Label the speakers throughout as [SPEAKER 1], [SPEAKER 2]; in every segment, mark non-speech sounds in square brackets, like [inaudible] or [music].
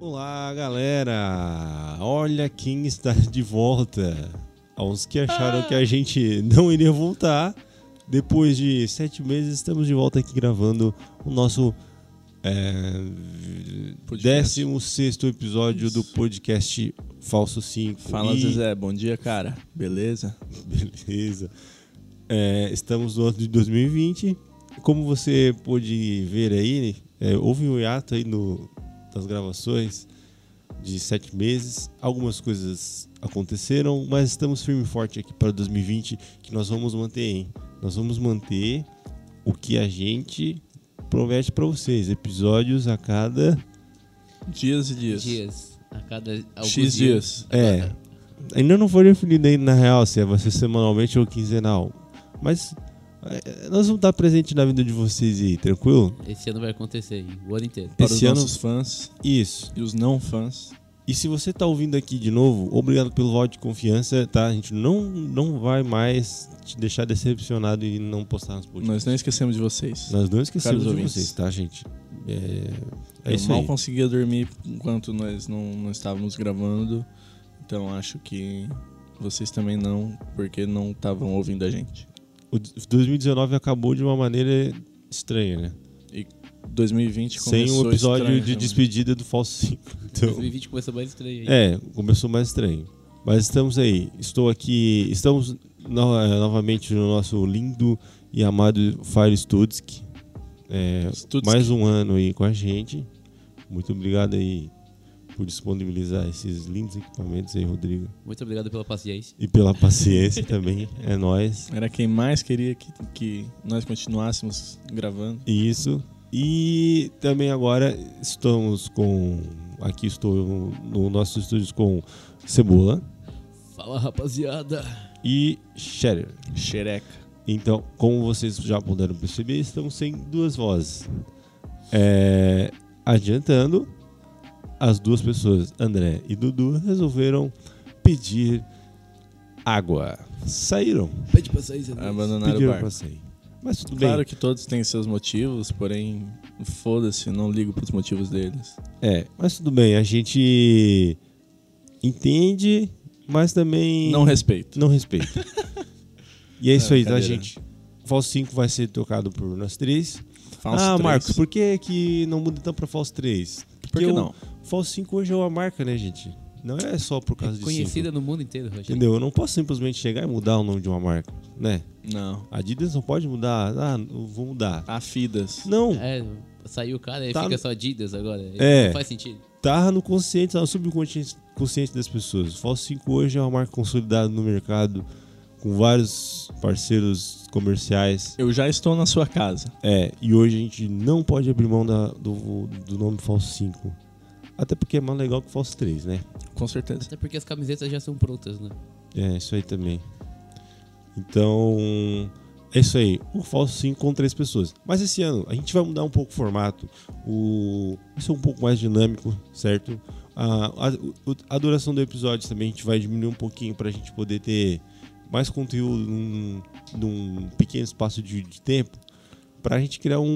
[SPEAKER 1] Olá, galera! Olha quem está de volta. Aos que acharam
[SPEAKER 2] Ah.
[SPEAKER 1] que a gente não iria voltar, depois de sete meses, estamos de volta aqui gravando o nosso
[SPEAKER 2] Podcast.
[SPEAKER 1] 16 episódio do podcast Falso 5.
[SPEAKER 2] Fala,
[SPEAKER 1] E-
[SPEAKER 2] Zezé. Bom dia, cara. Beleza?
[SPEAKER 1] [laughs] Beleza. É, estamos no ano de 2020. Como você pôde ver aí, é, houve um hiato aí no, das gravações de sete meses. Algumas coisas aconteceram, mas estamos firme e forte aqui para 2020, que nós vamos manter, hein? Nós vamos manter o que a gente promete para vocês. Episódios a cada...
[SPEAKER 2] Dias e dias.
[SPEAKER 3] dias. A cada alguns
[SPEAKER 2] X dias.
[SPEAKER 1] É. Ainda não foi definido ainda na real se vai ser semanalmente ou quinzenal. Mas é, nós vamos estar presente na vida de vocês aí, tranquilo?
[SPEAKER 3] Esse ano vai acontecer, hein? o ano inteiro.
[SPEAKER 2] Para
[SPEAKER 1] Esse
[SPEAKER 2] os
[SPEAKER 1] ano-
[SPEAKER 2] nossos fãs
[SPEAKER 1] Isso.
[SPEAKER 2] e os não fãs.
[SPEAKER 1] E se você tá ouvindo aqui de novo, obrigado pelo voto de confiança, tá? A gente não, não vai mais te deixar decepcionado e não postar nos podcasts.
[SPEAKER 2] Nós não esquecemos de vocês.
[SPEAKER 1] Nós não esquecemos
[SPEAKER 2] Caros
[SPEAKER 1] de
[SPEAKER 2] ouvintes.
[SPEAKER 1] vocês, tá, gente? É, é
[SPEAKER 2] Eu
[SPEAKER 1] isso
[SPEAKER 2] mal
[SPEAKER 1] aí.
[SPEAKER 2] conseguia dormir enquanto nós não, não estávamos gravando. Então acho que vocês também não, porque não estavam ouvindo a gente.
[SPEAKER 1] O d- 2019 acabou de uma maneira estranha, né?
[SPEAKER 2] 2020
[SPEAKER 1] Sem
[SPEAKER 2] começou
[SPEAKER 1] o episódio
[SPEAKER 2] estranho né?
[SPEAKER 1] de
[SPEAKER 2] também.
[SPEAKER 1] despedida do Falso
[SPEAKER 2] [laughs]
[SPEAKER 1] 5. Então...
[SPEAKER 3] 2020 começou mais estranho aí.
[SPEAKER 1] É, começou mais estranho. Mas estamos aí. Estou aqui. Estamos no- eh, novamente no nosso lindo e amado Fire Studsk. É,
[SPEAKER 2] Estudsk.
[SPEAKER 1] mais um ano aí com a gente. Muito obrigado aí por disponibilizar esses lindos equipamentos aí, Rodrigo.
[SPEAKER 3] Muito obrigado pela paciência.
[SPEAKER 1] E pela paciência [laughs] também. É nóis.
[SPEAKER 2] Era quem mais queria que, que nós continuássemos gravando.
[SPEAKER 1] Isso. E também agora estamos com. Aqui estou no nosso estúdio com Cebola
[SPEAKER 3] Fala, rapaziada.
[SPEAKER 1] e Shatter.
[SPEAKER 2] Xereca.
[SPEAKER 1] Então, como vocês já puderam perceber, estamos sem duas vozes. É, adiantando, as duas pessoas, André e Dudu, resolveram pedir água. Saíram,
[SPEAKER 3] Pede pra sair, Zé.
[SPEAKER 1] Ah,
[SPEAKER 2] Abandonaram o
[SPEAKER 1] pediram
[SPEAKER 2] barco.
[SPEAKER 1] para sair. Mas tudo
[SPEAKER 2] Claro
[SPEAKER 1] bem.
[SPEAKER 2] que todos têm seus motivos, porém, foda-se, não ligo pros motivos deles.
[SPEAKER 1] É, mas tudo bem. A gente entende, mas também
[SPEAKER 2] Não respeito.
[SPEAKER 1] não
[SPEAKER 2] [laughs]
[SPEAKER 1] respeita. e é isso aí, tá,
[SPEAKER 2] brincadeira.
[SPEAKER 1] gente? Falso 5 vai ser tocado por nós três.
[SPEAKER 2] Falso
[SPEAKER 1] ah,
[SPEAKER 2] três.
[SPEAKER 1] Marcos, por que, que não muda então pra Falso 3?
[SPEAKER 2] por que
[SPEAKER 1] o
[SPEAKER 2] não?
[SPEAKER 1] Falso 5 hoje é uma marca, né, gente? Não é só por causa de
[SPEAKER 3] Conhecida
[SPEAKER 1] 5.
[SPEAKER 3] no mundo inteiro, Roger.
[SPEAKER 1] Entendeu? Eu não posso simplesmente chegar e mudar o nome de uma marca, né?
[SPEAKER 2] Não. Tá
[SPEAKER 1] A Adidas não pode mudar. Ah, eu vou mudar.
[SPEAKER 2] Afidas.
[SPEAKER 1] Não,
[SPEAKER 3] É, saiu o cara e
[SPEAKER 1] Tá
[SPEAKER 3] fica
[SPEAKER 1] no-
[SPEAKER 3] só Adidas agora.
[SPEAKER 1] É.
[SPEAKER 3] Não faz sentido.
[SPEAKER 1] tá no consciente, tá no subconsciente consciente das pessoas. O Falso 5 hoje é uma marca consolidada no mercado com vários parceiros comerciais.
[SPEAKER 2] Eu já estou na sua casa.
[SPEAKER 1] É, e hoje a gente não pode abrir mão da- do, do nome Falso 5. Até porque é mais legal que o Falso 3, né?
[SPEAKER 2] Com certeza.
[SPEAKER 3] Até porque as camisetas já são
[SPEAKER 1] [laughs]
[SPEAKER 3] prontas, né?
[SPEAKER 1] É, isso aí também. Então, é isso aí. O falso 5 com três pessoas. Mas esse ano a gente vai mudar um pouco o formato. O... Vai ser um pouco mais dinâmico, certo? A, a, o- a duração do episódio também a gente vai diminuir um pouquinho pra gente poder ter mais conteúdo num, num pequeno espaço de, de tempo. Pra gente criar um,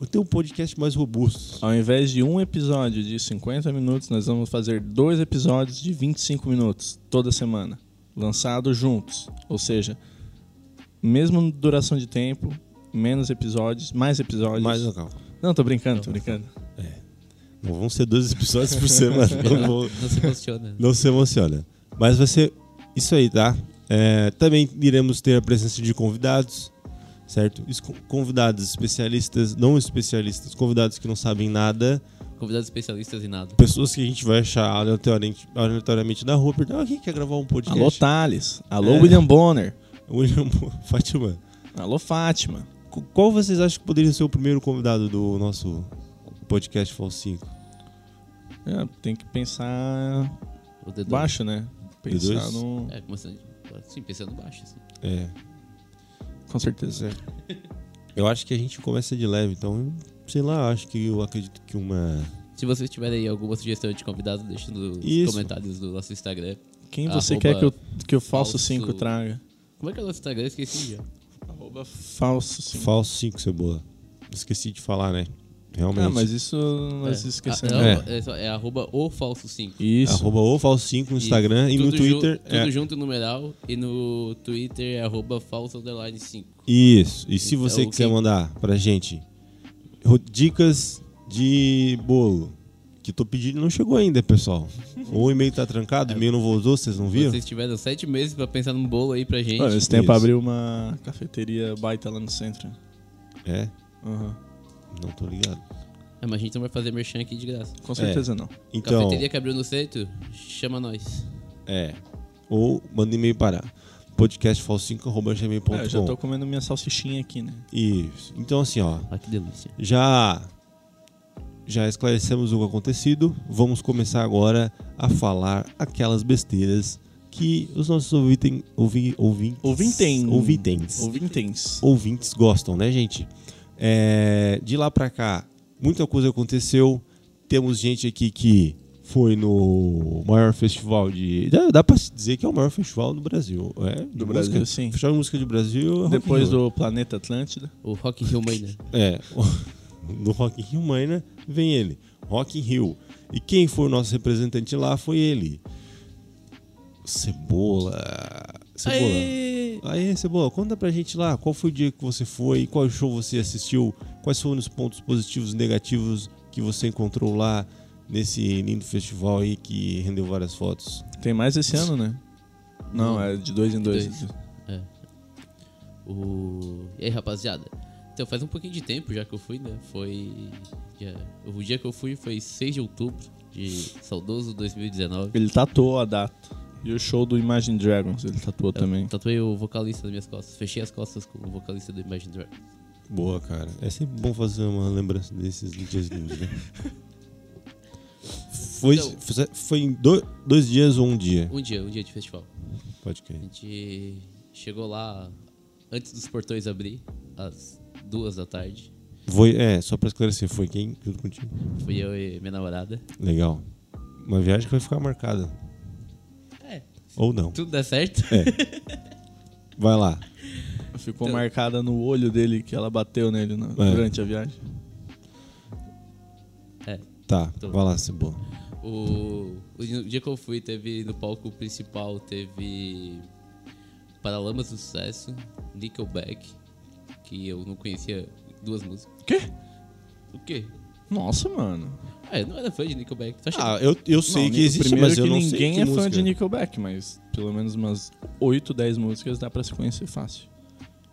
[SPEAKER 1] um. ter um podcast mais robusto.
[SPEAKER 2] Ao invés de um episódio de 50 minutos, nós vamos fazer dois episódios de 25 minutos toda semana, lançados juntos. Ou seja, mesmo duração de tempo, menos episódios, mais episódios.
[SPEAKER 1] Mais legal.
[SPEAKER 2] Não, tô brincando, tô brincando.
[SPEAKER 1] Não vão ser dois episódios por semana. [laughs] Não vou,
[SPEAKER 3] Não se posiciona.
[SPEAKER 1] Não se emociona. Mas vai ser isso aí, tá? É, também iremos ter a presença de convidados, certo? Isso, con- Convidados especialistas, não especialistas, convidados que não sabem nada,
[SPEAKER 3] Convidados especialistas e nada.
[SPEAKER 1] pessoas que a gente vai achar aleatoriamente, aleatoriamente na rua, perguntar, ah, quem quer gravar um podcast?
[SPEAKER 2] Alô, Thales. Alô,
[SPEAKER 1] É.
[SPEAKER 2] William Bonner.
[SPEAKER 1] [laughs] William Fátima.
[SPEAKER 2] Alô, Fátima.
[SPEAKER 1] qu- Qual vocês acham que poderia ser o primeiro convidado do nosso podcast Fall 5?
[SPEAKER 2] É, tem que pensar
[SPEAKER 3] O dedo.
[SPEAKER 2] baixo, né? Pensar
[SPEAKER 1] D2?
[SPEAKER 2] no.
[SPEAKER 3] É, começando. Sim, pensando baixo. Assim.
[SPEAKER 1] É,
[SPEAKER 2] Com certeza.
[SPEAKER 1] eu acho que a gente começa de leve, então, sei lá, acho que eu acredito que uma
[SPEAKER 3] Se vocês tiverem aí alguma sugestão de convidado, deixa nos
[SPEAKER 1] Isso.
[SPEAKER 3] comentários do nosso Instagram.
[SPEAKER 2] Quem você
[SPEAKER 3] Arroba
[SPEAKER 2] quer que eu, que eu falso
[SPEAKER 3] falso-
[SPEAKER 2] 5 traga?
[SPEAKER 3] Como é que é o nosso Instagram? Eu Esqueci já.
[SPEAKER 2] Arroba falso 5.
[SPEAKER 1] Falso 5, cebola. Esqueci de falar, né? Realmente.
[SPEAKER 2] Ah, mas isso nós esquecemos.
[SPEAKER 3] Ah, É, é só- é arroba o falso 5.
[SPEAKER 2] Isso.
[SPEAKER 1] Arroba o falso 5 no Instagram e, no Twitter.
[SPEAKER 3] Tudo
[SPEAKER 1] é-
[SPEAKER 3] junto, numeral. E no Twitter é arroba falso underline 5.
[SPEAKER 1] Isso. E se
[SPEAKER 3] Então,
[SPEAKER 1] você
[SPEAKER 3] quem-
[SPEAKER 1] quiser mandar pra gente ro- dicas de bolo, que tô pedindo, não chegou ainda, pessoal. Ou o e-mail tá trancado, o e-mail não vazou, vocês não viram?
[SPEAKER 3] Vocês tiveram sete meses pra pensar num bolo aí pra gente.
[SPEAKER 2] Olha, esse tempo
[SPEAKER 1] Isso.
[SPEAKER 2] abriu uma cafeteria baita lá no centro.
[SPEAKER 1] É,
[SPEAKER 2] Aham.
[SPEAKER 1] não tô ligado.
[SPEAKER 3] Ah, mas a gente não vai fazer merchan aqui de graça.
[SPEAKER 2] Com certeza não.
[SPEAKER 1] Então,
[SPEAKER 3] Cafeteria que abriu no centro, chama nós.
[SPEAKER 1] é. Ou manda e-mail para podcastfalso5.gmail.com.
[SPEAKER 2] É, eu já tô comendo minha salsichinha aqui, né?
[SPEAKER 1] Isso. Então, assim, ó.
[SPEAKER 3] Olha Ah, que delícia.
[SPEAKER 1] Já já esclarecemos o acontecido. Vamos começar agora a falar aquelas besteiras que os nossos ouvitem, ouvi, ouvintes,
[SPEAKER 2] Ouvintem.
[SPEAKER 1] ouvitens-
[SPEAKER 2] Ouvintens.
[SPEAKER 1] ouvintes gostam, né, gente? É, de lá pra cá, muita coisa aconteceu. Temos gente aqui que foi no maior festival de. Dá, dá pra se dizer que é o maior festival do Brasil. É, do
[SPEAKER 2] Brasil, sim.
[SPEAKER 1] Festival de música do Brasil. é Rock in
[SPEAKER 2] Depois
[SPEAKER 1] Rio.
[SPEAKER 2] do Planeta Atlântida.
[SPEAKER 3] O Rock in Rio
[SPEAKER 1] [laughs]
[SPEAKER 3] Mania.
[SPEAKER 1] É, no Rock in Rio Minor vem ele, Rock in Rio. E quem foi o nosso representante lá foi ele. Cebola. Cebola.
[SPEAKER 3] Aê!
[SPEAKER 1] Aí, Cebola, conta pra gente lá qual foi o dia que você foi, qual show você assistiu, quais foram os pontos positivos e negativos que você encontrou lá nesse lindo festival aí que rendeu várias fotos.
[SPEAKER 2] Tem mais esse ano, né? Não, é de dois em dois.
[SPEAKER 3] dois. O... E aí, rapaziada? Então, faz um pouquinho de tempo já que eu fui, né? Foi. dia- O dia que eu fui foi 6 de outubro de saudoso 2019.
[SPEAKER 2] Ele tatuou a data. E o show do Imagine Dragons, ele tatuou também.
[SPEAKER 3] Eu tatuei Então, o vocalista nas minhas costas. Fechei as costas com o vocalista do Imagine Dragons.
[SPEAKER 1] Boa, cara. É sempre bom fazer uma lembrança desses dias lindos, né? Foi, foi em do- dois dias ou um dia?
[SPEAKER 3] Um dia, um dia de festival.
[SPEAKER 1] Pode
[SPEAKER 3] A
[SPEAKER 1] crer.
[SPEAKER 3] gente chegou lá antes dos portões abrir, às duas da tarde.
[SPEAKER 1] Foi, é, só pra esclarecer, foi quem junto contigo?
[SPEAKER 3] Fui eu e minha namorada.
[SPEAKER 1] Legal. Uma viagem que vai ficar marcada.
[SPEAKER 3] É,
[SPEAKER 1] Ou não. É.
[SPEAKER 3] tudo dá certo.
[SPEAKER 1] Vai lá.
[SPEAKER 2] Ficou
[SPEAKER 3] Então-
[SPEAKER 2] marcada no olho dele que ela bateu nele na-
[SPEAKER 1] É.
[SPEAKER 2] durante a viagem.
[SPEAKER 3] É.
[SPEAKER 1] Tá,
[SPEAKER 3] Tô.
[SPEAKER 1] vai lá, Cebola.
[SPEAKER 3] O, o dia- o dia que eu fui, teve no palco principal, teve Paralamas do Sucesso, Nickelback, que eu não conhecia duas músicas.
[SPEAKER 2] Quê?
[SPEAKER 3] O quê?
[SPEAKER 2] Nossa, mano.
[SPEAKER 3] Ah, eu não era fã de Nickelback. Tá Tu acha
[SPEAKER 1] Ah, eu, eu sei que existe,
[SPEAKER 2] primeiro
[SPEAKER 1] mas eu
[SPEAKER 2] que
[SPEAKER 1] não sei
[SPEAKER 2] ninguém
[SPEAKER 1] que
[SPEAKER 2] é fã
[SPEAKER 1] música.
[SPEAKER 2] de Nickelback, mas pelo menos umas 8, 10 músicas dá pra se conhecer fácil.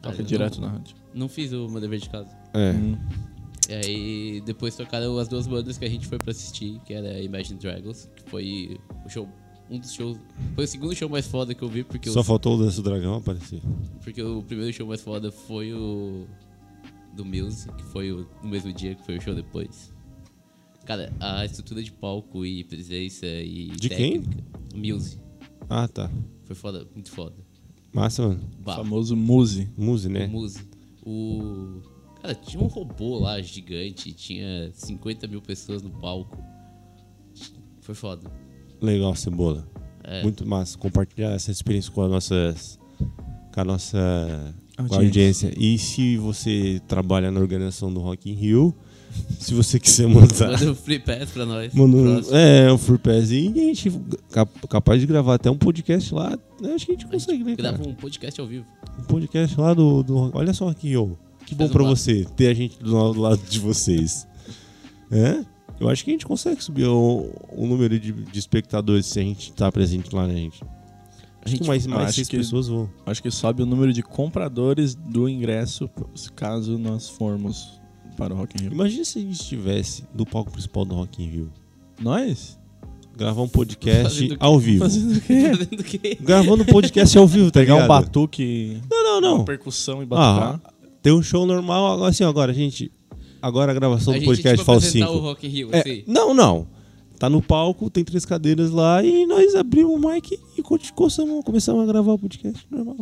[SPEAKER 3] Ah,
[SPEAKER 2] Toca
[SPEAKER 3] eu
[SPEAKER 2] direto na rádio.
[SPEAKER 3] Não fiz o meu dever de casa.
[SPEAKER 1] É.
[SPEAKER 2] Hum.
[SPEAKER 3] E aí, depois tocaram as duas bandas que a gente foi pra assistir, que era Imagine Dragons, que foi o show... Um dos shows... Foi o segundo show mais foda que eu vi, porque,
[SPEAKER 1] Só
[SPEAKER 3] o,
[SPEAKER 1] faltou o Dança do Dragão aparecer.
[SPEAKER 3] porque o primeiro show mais foda foi o... Do Muse, que foi o, no mesmo dia que foi o show depois. Cara, a estrutura de palco e presença e
[SPEAKER 1] De quem?
[SPEAKER 3] técnica... quem? Muse.
[SPEAKER 1] Ah, tá.
[SPEAKER 3] Foi foda, muito foda.
[SPEAKER 1] Massa, mano.
[SPEAKER 3] Bah,
[SPEAKER 2] Famoso Muse.
[SPEAKER 1] Muse,
[SPEAKER 3] o
[SPEAKER 1] né?
[SPEAKER 3] Muse. O... Cara, tinha um robô lá gigante, tinha 50 mil pessoas no palco. Foi foda.
[SPEAKER 1] Legal, Cebola.
[SPEAKER 3] É.
[SPEAKER 1] Muito massa. Compartilhar essa experiência com a nossas com a nossa com a
[SPEAKER 2] Audiência.
[SPEAKER 1] audiência. E se você trabalha na organização do Rock in Rio, se você quiser mandar [laughs]
[SPEAKER 3] Manda um free pass pra nós.
[SPEAKER 1] Mandou um,
[SPEAKER 3] Próximo.
[SPEAKER 1] é, um Free Pass. E a gente cap- capaz de gravar até um podcast lá. né? Acho que a gente
[SPEAKER 3] A gente
[SPEAKER 1] consegue, né, cara?
[SPEAKER 3] grava um podcast ao vivo.
[SPEAKER 1] Um podcast lá do. do- olha só aqui, ó. Que bom
[SPEAKER 3] Faz um
[SPEAKER 1] pra
[SPEAKER 3] lado.
[SPEAKER 1] você ter a gente do lado- do lado de vocês. é? Eu acho que a gente consegue subir o, o número de, de espectadores se a gente tá presente lá, né, gente?
[SPEAKER 3] A
[SPEAKER 1] Acho que
[SPEAKER 3] gente,
[SPEAKER 1] mais, mais
[SPEAKER 2] acho
[SPEAKER 1] seis
[SPEAKER 2] que-
[SPEAKER 1] pessoas vão.
[SPEAKER 2] Acho que sobe o número de compradores do ingresso caso nós formos para o Rock in Rio.
[SPEAKER 1] Imagina se a gente estivesse no palco principal do Rock in Rio.
[SPEAKER 2] Nós?
[SPEAKER 1] Gravar um
[SPEAKER 3] Fazendo
[SPEAKER 1] podcast
[SPEAKER 3] o quê?
[SPEAKER 1] ao vivo.
[SPEAKER 2] Fazendo o quê?
[SPEAKER 3] fazendo o quê?
[SPEAKER 1] Gravando um podcast ao vivo, tá
[SPEAKER 2] Pegar
[SPEAKER 1] [laughs] ligado?
[SPEAKER 2] um batuque,
[SPEAKER 1] Não, não,
[SPEAKER 2] uma
[SPEAKER 1] não.
[SPEAKER 2] percussão e
[SPEAKER 1] Ah,
[SPEAKER 2] [laughs] batucar.
[SPEAKER 1] tem um show normal, agora- assim, agora, gente. Agora a gravação
[SPEAKER 3] a
[SPEAKER 1] do
[SPEAKER 3] gente
[SPEAKER 1] podcast
[SPEAKER 3] tipo,
[SPEAKER 1] Falso
[SPEAKER 3] apresentar
[SPEAKER 1] 5.
[SPEAKER 3] o Rock in Rio,
[SPEAKER 1] É,
[SPEAKER 3] assim.
[SPEAKER 1] não, não. Tá no palco, tem três cadeiras lá e nós abrimos o mic e co- começamos, começamos a gravar o podcast normal.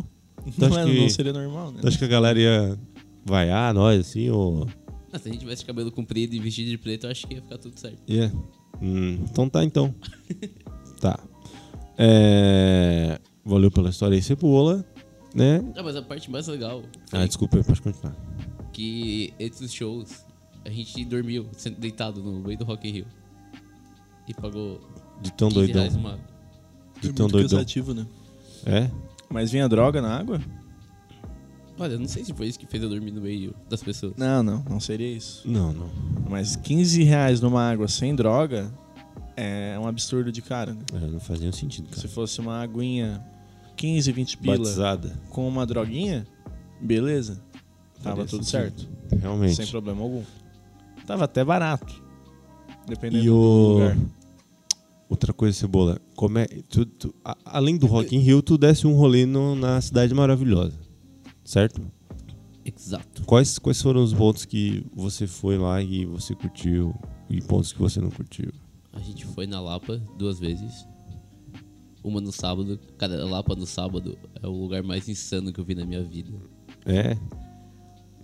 [SPEAKER 2] não,
[SPEAKER 1] acho
[SPEAKER 2] é-
[SPEAKER 1] que-
[SPEAKER 2] não seria normal, né?
[SPEAKER 1] Acho que a galera ia vaiar nós, assim, ou.
[SPEAKER 3] Ah, se a gente tivesse cabelo comprido e vestido de preto, eu acho que ia ficar tudo certo.
[SPEAKER 1] Yeah. Hum, então tá, então. [laughs] tá. É, Valeu pela história aí, Cebola, né?
[SPEAKER 3] Ah, mas a parte mais legal
[SPEAKER 1] Ah,
[SPEAKER 3] foi
[SPEAKER 1] desculpa, pode continuar.
[SPEAKER 3] que esses shows A gente dormiu sent- deitado no meio do Rock in Rio. E pagou
[SPEAKER 1] De tão
[SPEAKER 3] 15
[SPEAKER 1] doidão.
[SPEAKER 3] reais uma...
[SPEAKER 1] De
[SPEAKER 2] É
[SPEAKER 1] tão
[SPEAKER 2] muito
[SPEAKER 1] um doidão.
[SPEAKER 2] cansativo, né?
[SPEAKER 1] É?
[SPEAKER 2] Mas vinha droga na água?
[SPEAKER 3] Olha, eu não sei se foi isso que fez eu dormir no meio das pessoas.
[SPEAKER 2] Não, não, não seria isso.
[SPEAKER 1] Não, não.
[SPEAKER 2] Mas 15 reais numa água sem droga é um absurdo de cara, né?
[SPEAKER 1] É, não faz nenhum sentido, cara.
[SPEAKER 2] Se fosse uma aguinha 15, 20 pila
[SPEAKER 1] Batizada.
[SPEAKER 2] com uma droguinha, beleza. Tava
[SPEAKER 1] Faria
[SPEAKER 2] tudo
[SPEAKER 1] sentido.
[SPEAKER 2] certo.
[SPEAKER 1] Realmente.
[SPEAKER 2] Sem problema algum. Tava até barato. Dependendo
[SPEAKER 1] E
[SPEAKER 2] do
[SPEAKER 1] o-
[SPEAKER 2] lugar.
[SPEAKER 1] Outra coisa, Cebola. Como é, tu- tu- a- além do Rock in Rio, tu desce um rolê no- na Cidade Maravilhosa. Certo?
[SPEAKER 3] Exato.
[SPEAKER 1] Quais, quais foram os pontos que você foi lá e você curtiu e pontos que você não curtiu?
[SPEAKER 3] A gente foi na Lapa duas vezes. Uma no sábado. Cara, a Lapa no sábado é o lugar mais insano que eu vi na minha vida.
[SPEAKER 1] É?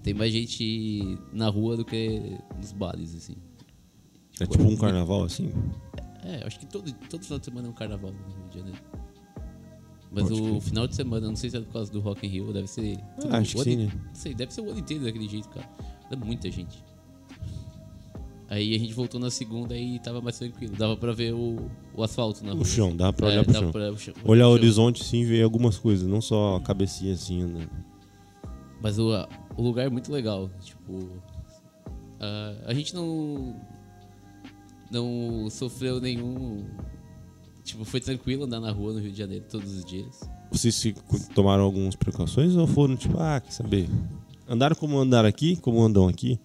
[SPEAKER 3] Tem mais gente na rua do que nos bares, assim.
[SPEAKER 1] É tipo um carnaval assim?
[SPEAKER 3] É, eu acho que todo, todo final de semana é um carnaval no Rio de Janeiro. Mas
[SPEAKER 1] Pode
[SPEAKER 3] o
[SPEAKER 1] crer.
[SPEAKER 3] final de semana, não sei se é por causa do Rock in Rio, deve ser...
[SPEAKER 1] Ah, acho
[SPEAKER 3] o
[SPEAKER 1] que
[SPEAKER 3] ano
[SPEAKER 1] sim,
[SPEAKER 3] in-
[SPEAKER 1] né?
[SPEAKER 3] Não sei, deve ser o ano inteiro daquele jeito, cara. Dá muita gente. Aí a gente voltou na segunda e tava mais tranquilo. Dava pra ver o, o asfalto na rua.
[SPEAKER 1] O chão, dá pra
[SPEAKER 3] É,
[SPEAKER 1] olhar pro
[SPEAKER 3] dá
[SPEAKER 1] chão.
[SPEAKER 3] pra- o chão-
[SPEAKER 1] Olhar o
[SPEAKER 3] chão.
[SPEAKER 1] horizonte sim e ver algumas coisas, não só a cabecinha assim, né?
[SPEAKER 3] Mas o, a- o lugar é muito legal. Tipo. A, a gente não. Não sofreu nenhum. Tipo, foi tranquilo andar na rua no Rio de Janeiro todos os dias.
[SPEAKER 1] Vocês se- tomaram algumas precauções ou foram tipo, ah, quer saber? Andaram como andaram aqui, como andam aqui?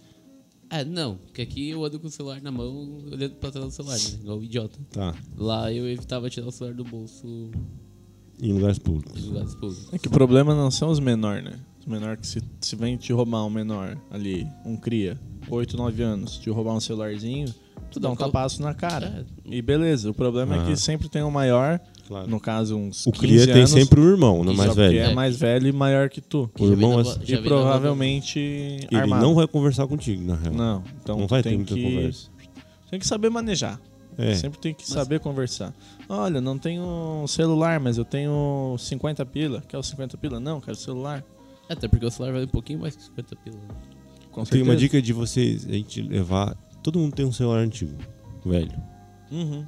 [SPEAKER 3] Ah, não, porque aqui eu ando com o celular na mão, olhando pra trás do celular, né? Igual um idiota.
[SPEAKER 1] Tá,
[SPEAKER 3] Lá eu evitava tirar o celular do bolso
[SPEAKER 1] em lugares
[SPEAKER 3] em
[SPEAKER 1] públicos.
[SPEAKER 3] lugares públicos.
[SPEAKER 2] É que o problema não são os menores, né? Os menores que se, se vem te roubar um menor ali, um cria, 8, 9 anos, te roubar um celularzinho, tu dá um
[SPEAKER 3] Colo-
[SPEAKER 2] tapaço na cara.
[SPEAKER 3] É,
[SPEAKER 2] E beleza, o problema é
[SPEAKER 1] Aham.
[SPEAKER 2] que sempre tem um maior,
[SPEAKER 1] Claro.
[SPEAKER 2] no caso uns
[SPEAKER 1] O
[SPEAKER 2] 15
[SPEAKER 1] cria tem
[SPEAKER 2] anos,
[SPEAKER 1] sempre o irmão, não
[SPEAKER 3] Isso,
[SPEAKER 1] mais
[SPEAKER 2] só porque
[SPEAKER 1] velho.
[SPEAKER 2] é mais velho e maior que tu.
[SPEAKER 3] que
[SPEAKER 1] o
[SPEAKER 3] já vem
[SPEAKER 1] irmão
[SPEAKER 3] na
[SPEAKER 1] é-
[SPEAKER 3] vo- já
[SPEAKER 2] E
[SPEAKER 3] vem na
[SPEAKER 2] provavelmente
[SPEAKER 1] Ele
[SPEAKER 2] armado.
[SPEAKER 1] não vai conversar contigo, na real.
[SPEAKER 2] Não, então
[SPEAKER 1] Não vai ter
[SPEAKER 2] tem
[SPEAKER 1] muita
[SPEAKER 2] que...
[SPEAKER 1] conversa.
[SPEAKER 2] Tem que saber manejar.
[SPEAKER 1] É.
[SPEAKER 2] Sempre tem que
[SPEAKER 3] Mas-
[SPEAKER 2] saber conversar. Olha, não tenho celular, mas eu tenho 50 pila. Quer o 50 pila? Não, quero celular.
[SPEAKER 3] vo- Até porque o celular vale um pouquinho mais que 50 pila. né?
[SPEAKER 2] Com
[SPEAKER 1] Tem uma
[SPEAKER 2] certeza.
[SPEAKER 1] dica de vocês, a gente levar. Todo mundo tem um celular antigo, velho.
[SPEAKER 2] Uhum.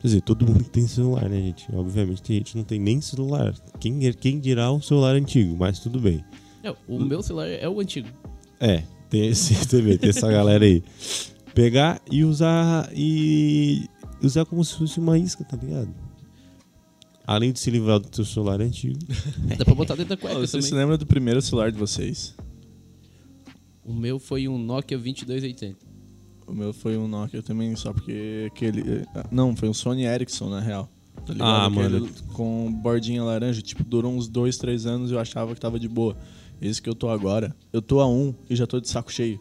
[SPEAKER 1] Quer dizer, todo mundo tem celular, né, gente? Obviamente tem gente que não tem nem celular. Quem, quem dirá o celular antigo, mas tudo bem.
[SPEAKER 3] É, o meu celular é o antigo.
[SPEAKER 1] É, tem esse [laughs] também, tem essa galera aí. Pegar e usar e usar como se fosse uma isca, tá ligado? Além de se livrar do seu celular antigo.
[SPEAKER 3] Dá pra botar dentro da cueca
[SPEAKER 2] Vocês
[SPEAKER 3] é também.
[SPEAKER 2] se lembram do primeiro celular de vocês?
[SPEAKER 3] O meu foi um Nokia 2280.
[SPEAKER 2] O meu foi um Nokia também, só porque aquele... Não, foi um Sony Ericsson, na real. Tá ligado?
[SPEAKER 1] Ah,
[SPEAKER 2] Aquele
[SPEAKER 1] mano.
[SPEAKER 2] Com bordinha laranja. Tipo, durou uns dois, três anos e eu achava que tava de boa. Esse que eu tô agora, eu tô a um e já tô de saco cheio.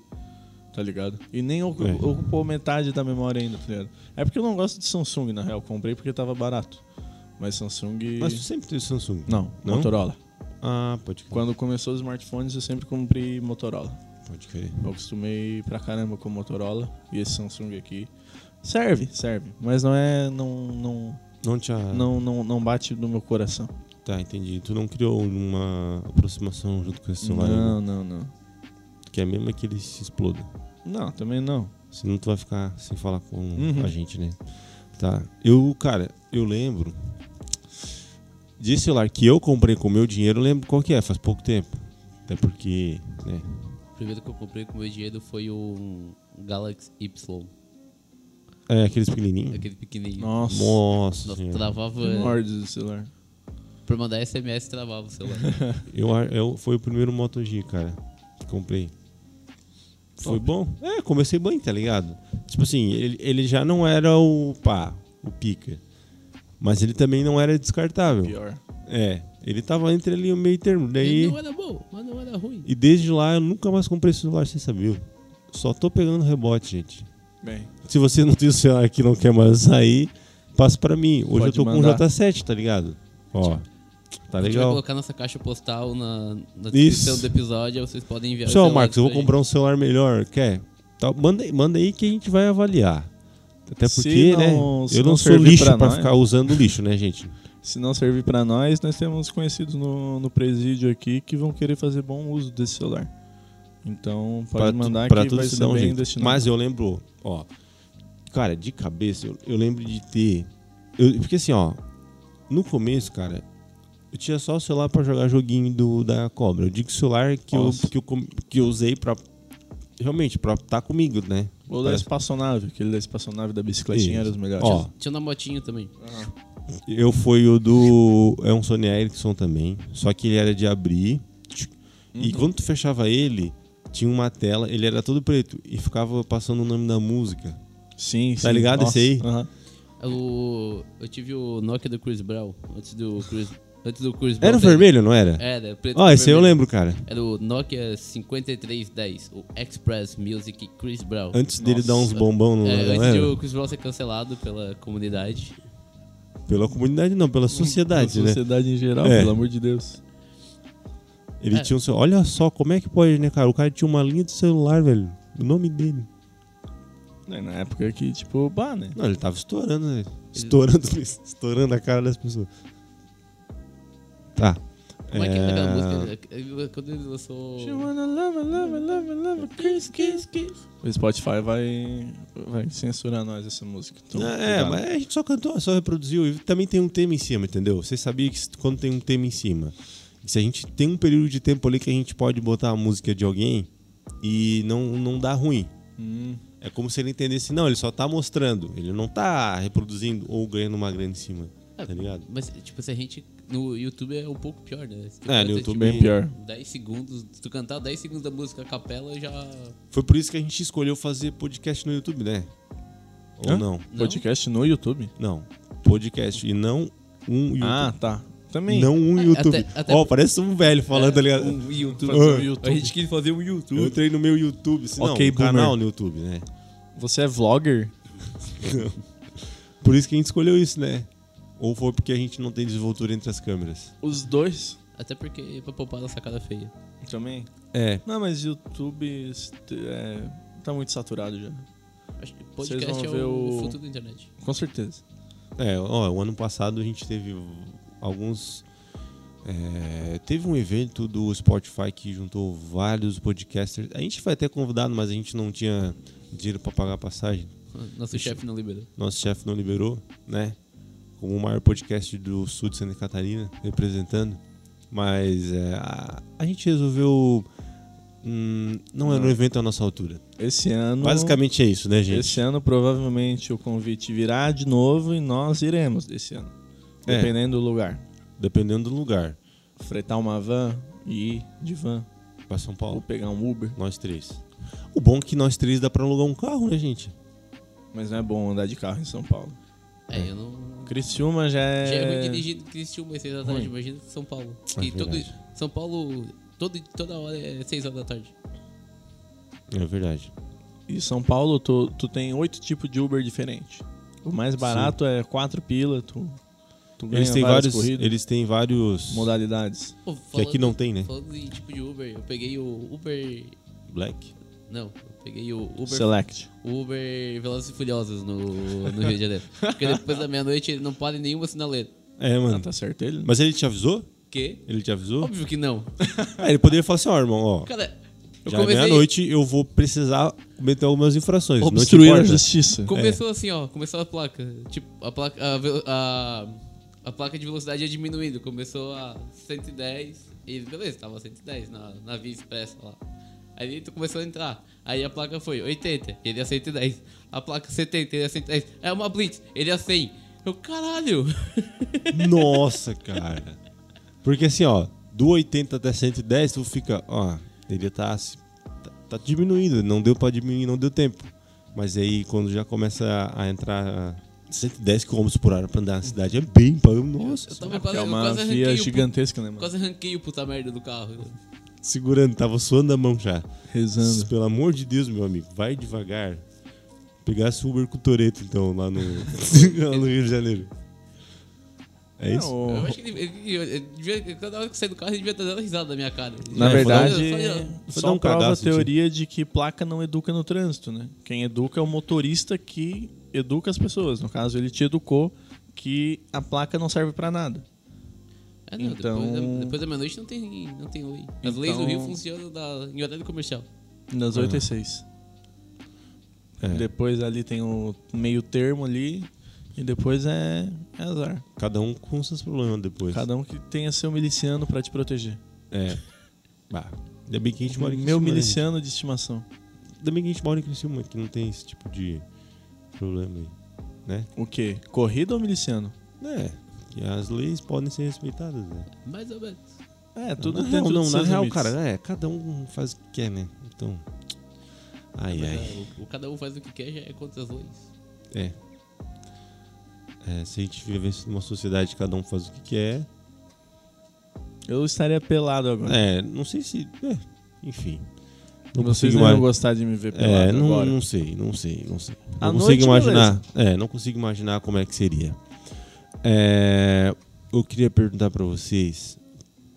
[SPEAKER 2] Tá ligado? E nem ocu-
[SPEAKER 1] É.
[SPEAKER 2] ocupou metade da memória ainda, tá ligado? É porque eu não gosto de Samsung, na real. Comprei porque tava barato. Mas Samsung...
[SPEAKER 1] Mas tu sempre teve Samsung.
[SPEAKER 2] Não,
[SPEAKER 1] Não?
[SPEAKER 2] Motorola.
[SPEAKER 1] Ah, pode crer.
[SPEAKER 2] Quando começou os smartphones, eu sempre comprei Motorola.
[SPEAKER 1] Pode crer.
[SPEAKER 2] Eu acostumei pra caramba com o Motorola e esse Samsung aqui. Serve, serve. Mas não é. Não, não,
[SPEAKER 1] Não tinha.
[SPEAKER 2] não, não, não bate no meu coração.
[SPEAKER 1] Tá, entendi. Tu não criou uma aproximação junto com esse celular.
[SPEAKER 2] Não, não, não.
[SPEAKER 1] Que é mesmo que ele se exploda.
[SPEAKER 2] Não, também não.
[SPEAKER 1] Senão tu vai ficar sem falar com
[SPEAKER 2] Uhum.
[SPEAKER 1] a gente, né? Tá. Eu, cara, eu lembro. De celular que eu comprei com meu dinheiro, eu lembro qual que é, faz pouco tempo. Até porque, né?
[SPEAKER 3] O primeiro que eu comprei com meu dinheiro foi um Galaxy Y.
[SPEAKER 1] É aqueles pequenininhos.
[SPEAKER 3] Aquele pequenininho.
[SPEAKER 2] Nossa.
[SPEAKER 1] Nossa,
[SPEAKER 3] Nossa,
[SPEAKER 1] senhora.
[SPEAKER 3] travava.
[SPEAKER 2] Mordes do celular.
[SPEAKER 3] Pra mandar SMS, travava o
[SPEAKER 1] [laughs]
[SPEAKER 3] celular.
[SPEAKER 1] eu, a- eu Foi o primeiro Moto G, cara, que comprei. Foi bom? É, comecei bem, tá ligado? Tipo assim, ele, ele já não era o pá, o pica. Mas ele também não era descartável.
[SPEAKER 2] Pior.
[SPEAKER 1] É, ele tava entre ali o meio termo. Daí,
[SPEAKER 3] Ele não era bom, mas não era ruim.
[SPEAKER 1] e desde lá eu nunca mais comprei celular sem saber. Só tô pegando rebote, gente.
[SPEAKER 2] Bem.
[SPEAKER 1] Se você não tem o celular que não quer mais sair, passa pra mim. Hoje
[SPEAKER 2] Pode
[SPEAKER 1] eu tô
[SPEAKER 2] mandar.
[SPEAKER 1] com um J7, tá ligado? Ó, tá
[SPEAKER 3] A gente vai
[SPEAKER 1] legal.
[SPEAKER 3] colocar nossa caixa postal na, na descrição do episódio, aí vocês podem enviar.
[SPEAKER 1] Pessoal,
[SPEAKER 3] os
[SPEAKER 1] Marcos, eu vou
[SPEAKER 3] celulares pra
[SPEAKER 1] comprar um celular melhor. Quer? Tá, manda, aí- manda aí que a gente vai avaliar. Até
[SPEAKER 2] Se
[SPEAKER 1] porque,
[SPEAKER 2] não-
[SPEAKER 1] né?
[SPEAKER 2] se
[SPEAKER 1] Eu não,
[SPEAKER 2] não
[SPEAKER 1] sou
[SPEAKER 2] servir
[SPEAKER 1] lixo
[SPEAKER 2] pra
[SPEAKER 1] pra
[SPEAKER 2] nós.
[SPEAKER 1] ficar usando lixo, né, gente?
[SPEAKER 2] Se não servir pra nós, nós temos conhecidos no, no presídio aqui que vão querer fazer bom uso desse celular. Então, [laughs] pode
[SPEAKER 1] Pra tu-
[SPEAKER 2] mandar
[SPEAKER 1] pra
[SPEAKER 2] que
[SPEAKER 1] tudo
[SPEAKER 2] vai
[SPEAKER 1] se
[SPEAKER 2] ser
[SPEAKER 1] dar um
[SPEAKER 2] bem
[SPEAKER 1] jeito.
[SPEAKER 2] destinado.
[SPEAKER 1] Mas eu lembro, ó. Cara, de cabeça, eu, eu lembro de ter. eu- porque assim, ó. No começo, cara, eu tinha só o celular pra jogar joguinho do, da cobra. Eu digo celular que eu,
[SPEAKER 2] Nossa.
[SPEAKER 1] que, eu, com- que eu usei pra. Realmente, pra estar comigo, né?
[SPEAKER 2] Ou da
[SPEAKER 1] Parece-
[SPEAKER 2] espaçonave, aquele da espaçonave da bicicletinha
[SPEAKER 1] Isso.
[SPEAKER 2] era os melhores.
[SPEAKER 1] Ó.
[SPEAKER 3] Tinha na motinho também.
[SPEAKER 1] Eu fui o do. É um Sony Ericsson também. Só que ele era de abrir. tchic, E quando tu fechava ele, tinha uma tela, ele era todo preto. E ficava passando o nome da música.
[SPEAKER 2] Sim, sim.
[SPEAKER 1] Tá ligado
[SPEAKER 2] Nossa.
[SPEAKER 1] esse aí?
[SPEAKER 2] Aham.
[SPEAKER 3] O, eu tive o Nokia do Chris Brown, antes do Chris, antes do Chris Brown.
[SPEAKER 1] Era o
[SPEAKER 3] ter-
[SPEAKER 1] vermelho, não era?
[SPEAKER 3] Era, preto
[SPEAKER 1] Ó,
[SPEAKER 3] com
[SPEAKER 1] esse aí eu
[SPEAKER 3] É, vermelho.
[SPEAKER 1] lembro, cara.
[SPEAKER 3] Era o Nokia 5310, o Express Music Chris Brown.
[SPEAKER 1] Antes dele
[SPEAKER 2] Nossa.
[SPEAKER 1] dar uns bombão no,
[SPEAKER 3] É,
[SPEAKER 1] não
[SPEAKER 3] antes de
[SPEAKER 1] era?
[SPEAKER 3] o Chris Brown ser cancelado pela comunidade.
[SPEAKER 1] Pela comunidade, não, pela sociedade,
[SPEAKER 2] Na
[SPEAKER 1] né?
[SPEAKER 2] sociedade em geral,
[SPEAKER 1] É.
[SPEAKER 2] pelo amor de Deus.
[SPEAKER 1] Ele
[SPEAKER 3] É.
[SPEAKER 1] tinha um cel- Olha só como é que pode, né, cara? O cara tinha uma linha de celular, velho. O nome dele.
[SPEAKER 2] Né, Na época que, tipo, bah, né?
[SPEAKER 1] Não, ele tava estourando, né? Estourando, [laughs] estourando a cara das pessoas. Tá.
[SPEAKER 3] Como é que
[SPEAKER 1] É,
[SPEAKER 3] é aquela música? É, Quando ele lançou.
[SPEAKER 2] She wanna love, love, love, love, kiss, kiss, kiss. O Spotify vai, vai censurar nós essa música. Então,
[SPEAKER 1] É,
[SPEAKER 2] cuidado.
[SPEAKER 1] mas a gente só cantou, só reproduziu. E também tem um tema em cima, entendeu? Você sabia que se- quando tem um tema em cima, se a gente tem um período de tempo ali que a gente pode botar a música de alguém e não, não dá ruim.
[SPEAKER 2] Hum,
[SPEAKER 1] É como se ele entendesse, não, ele só tá mostrando. Ele não tá reproduzindo ou ganhando uma grana em cima.
[SPEAKER 2] É.
[SPEAKER 1] Tá ligado?
[SPEAKER 3] Mas, tipo, se a gente. No YouTube é um pouco pior, né? Se tu
[SPEAKER 1] É, no
[SPEAKER 3] canta,
[SPEAKER 1] YouTube
[SPEAKER 2] bem
[SPEAKER 1] E-
[SPEAKER 2] pior.
[SPEAKER 3] 10 segundos, se tu cantar 10 segundos da música a capela já.
[SPEAKER 1] Foi por isso que a gente escolheu fazer podcast no YouTube, né? Ou
[SPEAKER 2] Hã?
[SPEAKER 1] não?
[SPEAKER 3] Não?
[SPEAKER 2] Podcast no YouTube?
[SPEAKER 1] Não. Podcast e não um YouTube.
[SPEAKER 2] Ah, tá. Também. É,
[SPEAKER 1] Não um
[SPEAKER 3] É,
[SPEAKER 1] YouTube.
[SPEAKER 3] até- até-
[SPEAKER 1] Ó, parece um velho falando, tá ligado?
[SPEAKER 3] Um YouTube.
[SPEAKER 1] Fazer um
[SPEAKER 2] YouTube.
[SPEAKER 3] A gente quis fazer um YouTube.
[SPEAKER 1] Eu entrei no meu YouTube, se não,
[SPEAKER 2] Ok,
[SPEAKER 1] um
[SPEAKER 2] boomer.
[SPEAKER 1] canal no YouTube, né?
[SPEAKER 2] Você é vlogger?
[SPEAKER 1] [laughs] Por isso que a gente escolheu isso, né? Ou foi porque a gente não tem desenvoltura entre as câmeras?
[SPEAKER 2] Os dois?
[SPEAKER 3] Até porque pra poupar nossa cara feia.
[SPEAKER 2] Também.
[SPEAKER 1] É.
[SPEAKER 2] Não, mas YouTube este, é, tá muito saturado já.
[SPEAKER 3] Acho que
[SPEAKER 2] Vocês
[SPEAKER 3] podcast é
[SPEAKER 2] vão ver
[SPEAKER 3] o
[SPEAKER 2] o-
[SPEAKER 3] futuro da internet.
[SPEAKER 2] Com certeza.
[SPEAKER 1] É, ó, o ano passado a gente teve alguns. é, teve um evento do Spotify que juntou vários podcasters. A gente foi até convidado, mas a gente não tinha dinheiro pra pagar a passagem.
[SPEAKER 3] Nosso chefe não liberou.
[SPEAKER 1] Nosso chefe não liberou, né? Como o maior podcast do sul de Santa Catarina, representando. Mas é, a, a gente resolveu. hum, não era um evento à nossa altura.
[SPEAKER 2] Esse ano.
[SPEAKER 1] Basicamente é isso, né, gente?
[SPEAKER 2] Esse ano provavelmente o convite virá de novo e nós iremos desse ano.
[SPEAKER 1] É.
[SPEAKER 2] Dependendo do lugar.
[SPEAKER 1] Dependendo do lugar.
[SPEAKER 2] Fretar uma van e ir de van.
[SPEAKER 1] Pra São
[SPEAKER 2] Ou
[SPEAKER 1] Paulo.
[SPEAKER 2] pegar um Uber.
[SPEAKER 1] Nós três. O bom é que nós três dá pra alugar um carro, né, gente?
[SPEAKER 2] Mas não é bom andar de carro em São Paulo.
[SPEAKER 3] É, eu não.
[SPEAKER 2] Criciúma já é.
[SPEAKER 3] Já é ruim dirigir Cristiúma às 6 da tarde, imagina São Paulo.
[SPEAKER 1] É
[SPEAKER 3] E todo,
[SPEAKER 1] verdade.
[SPEAKER 3] São Paulo, todo, toda hora é 6 horas da tarde.
[SPEAKER 1] É verdade.
[SPEAKER 2] E São Paulo, tu, tu tem oito tipos de Uber diferentes. O mais barato é quatro pila, tu, tu ganha
[SPEAKER 1] Eles têm
[SPEAKER 2] várias
[SPEAKER 1] vários.
[SPEAKER 2] corridas,
[SPEAKER 1] Eles têm vários.
[SPEAKER 2] modalidades.
[SPEAKER 3] Pô,
[SPEAKER 1] Que aqui não tem, né?
[SPEAKER 3] Falando em tipo de Uber, eu peguei o Uber.
[SPEAKER 1] Black.
[SPEAKER 3] Não, eu peguei o Uber,
[SPEAKER 2] Select.
[SPEAKER 3] Uber Velozes e Furiosos no, no Rio de Janeiro. Porque depois da meia-noite ele não para em nenhuma sinaleira.
[SPEAKER 1] É,
[SPEAKER 2] Ah,
[SPEAKER 1] mano.
[SPEAKER 2] tá certo ele? né?
[SPEAKER 1] Mas ele te avisou?
[SPEAKER 3] Que?
[SPEAKER 1] Ele te avisou?
[SPEAKER 3] Óbvio que não. [laughs]
[SPEAKER 1] Ah, ele poderia falar assim, ó, irmão, ó.
[SPEAKER 3] Cara, eu
[SPEAKER 1] Já é
[SPEAKER 3] comecei.
[SPEAKER 1] meia-noite eu vou precisar cometer algumas infrações. não te
[SPEAKER 2] Obstruir a
[SPEAKER 1] importa?
[SPEAKER 2] justiça.
[SPEAKER 3] Começou assim, ó. Começou a placa. Tipo, a placa. A, velo- a, a placa de velocidade ia diminuindo. Começou a 110. E beleza, tava 110 na, na via expressa lá. Aí tu começou a entrar. Aí a placa foi 80, ele é 110. A placa 70, ele é 110. É uma blitz, ele é 100.
[SPEAKER 2] [laughs]
[SPEAKER 3] Eu, caralho!
[SPEAKER 1] [laughs] Nossa, cara. Porque assim, ó, do 80 até 110, tu fica, ó, ele tá, se- tá, tá diminuindo, não deu pra diminuir, não deu tempo. Mas aí, quando já começa a- a entrar 110 km por hora pra andar na cidade, é bem pra... Nossa,
[SPEAKER 3] Eu
[SPEAKER 1] senhora.
[SPEAKER 3] tava quase,
[SPEAKER 2] é
[SPEAKER 3] eu
[SPEAKER 2] uma via
[SPEAKER 3] quase arranquei
[SPEAKER 1] tipo
[SPEAKER 3] o pu-
[SPEAKER 2] gigantesca, né, mano?
[SPEAKER 3] quase arranquei o puta merda do carro.
[SPEAKER 1] segurando, tava suando a mão já.
[SPEAKER 2] Rezando.
[SPEAKER 1] Pelo amor de Deus, meu amigo, vai devagar. Pegasse o Uber com o Toreto, então,
[SPEAKER 2] [laughs]
[SPEAKER 1] lá no, lá no Rio de Janeiro. É isso?
[SPEAKER 2] Não,
[SPEAKER 3] Eu acho que ele, ele- ele devia- cada hora que eu saí do carro, ele devia estar dando risada da minha cara.
[SPEAKER 2] Na
[SPEAKER 1] É,
[SPEAKER 2] verdade,
[SPEAKER 3] Só- só-
[SPEAKER 1] foi
[SPEAKER 2] só,
[SPEAKER 1] dar um
[SPEAKER 2] prova
[SPEAKER 1] cagaço,
[SPEAKER 2] a teoria de que placa não educa no trânsito, né? Quem educa é o motorista que educa as pessoas. No caso, ele te educou que a placa não serve pra nada.
[SPEAKER 3] É, não,
[SPEAKER 2] Então-
[SPEAKER 3] depois, da, depois da meia-noite não tem, não tem lei. As leis do
[SPEAKER 2] Então-
[SPEAKER 3] Rio funcionam da, em horário comercial.
[SPEAKER 2] Das 8 às 6.
[SPEAKER 1] É,
[SPEAKER 2] Depois ali tem o meio termo ali. E depois é, é azar.
[SPEAKER 1] cada um com seus problemas depois.
[SPEAKER 2] Cada um que tenha seu miliciano pra te proteger.
[SPEAKER 1] É. Bah, ainda bem que a gente mora em
[SPEAKER 2] Meu
[SPEAKER 1] Criciúma, né,
[SPEAKER 2] miliciano de estimação.
[SPEAKER 1] gente? Ainda bem que a gente mora em Criciúma, que não tem esse tipo de problema aí.
[SPEAKER 2] O quê? Corrida ou miliciano?
[SPEAKER 1] É, que as leis podem ser respeitadas, né?
[SPEAKER 3] Mais ou menos.
[SPEAKER 2] É, tudo
[SPEAKER 1] na
[SPEAKER 2] dentro
[SPEAKER 1] real, não,
[SPEAKER 2] dos
[SPEAKER 1] na
[SPEAKER 2] seus
[SPEAKER 1] real,
[SPEAKER 2] limites.
[SPEAKER 1] cara, é, cada um faz o que quer, né? Então. Ai,
[SPEAKER 3] Mas,
[SPEAKER 1] ai.
[SPEAKER 3] é, o, o cada um faz o que quer, já é contra as leis.
[SPEAKER 1] É. É, se a gente vivesse numa sociedade que cada um faz o que quer.
[SPEAKER 2] Eu estaria pelado agora.
[SPEAKER 1] É, não sei se. É, enfim. Não
[SPEAKER 2] Vocês
[SPEAKER 1] consigo
[SPEAKER 2] não vão
[SPEAKER 1] mais.
[SPEAKER 2] gostar de me ver pelado
[SPEAKER 1] É, não,
[SPEAKER 2] agora.
[SPEAKER 1] não sei, não sei, não sei.
[SPEAKER 2] À
[SPEAKER 1] Não
[SPEAKER 2] noite,
[SPEAKER 1] consigo imaginar. É, não consigo imaginar como é que seria. É, eu queria perguntar pra vocês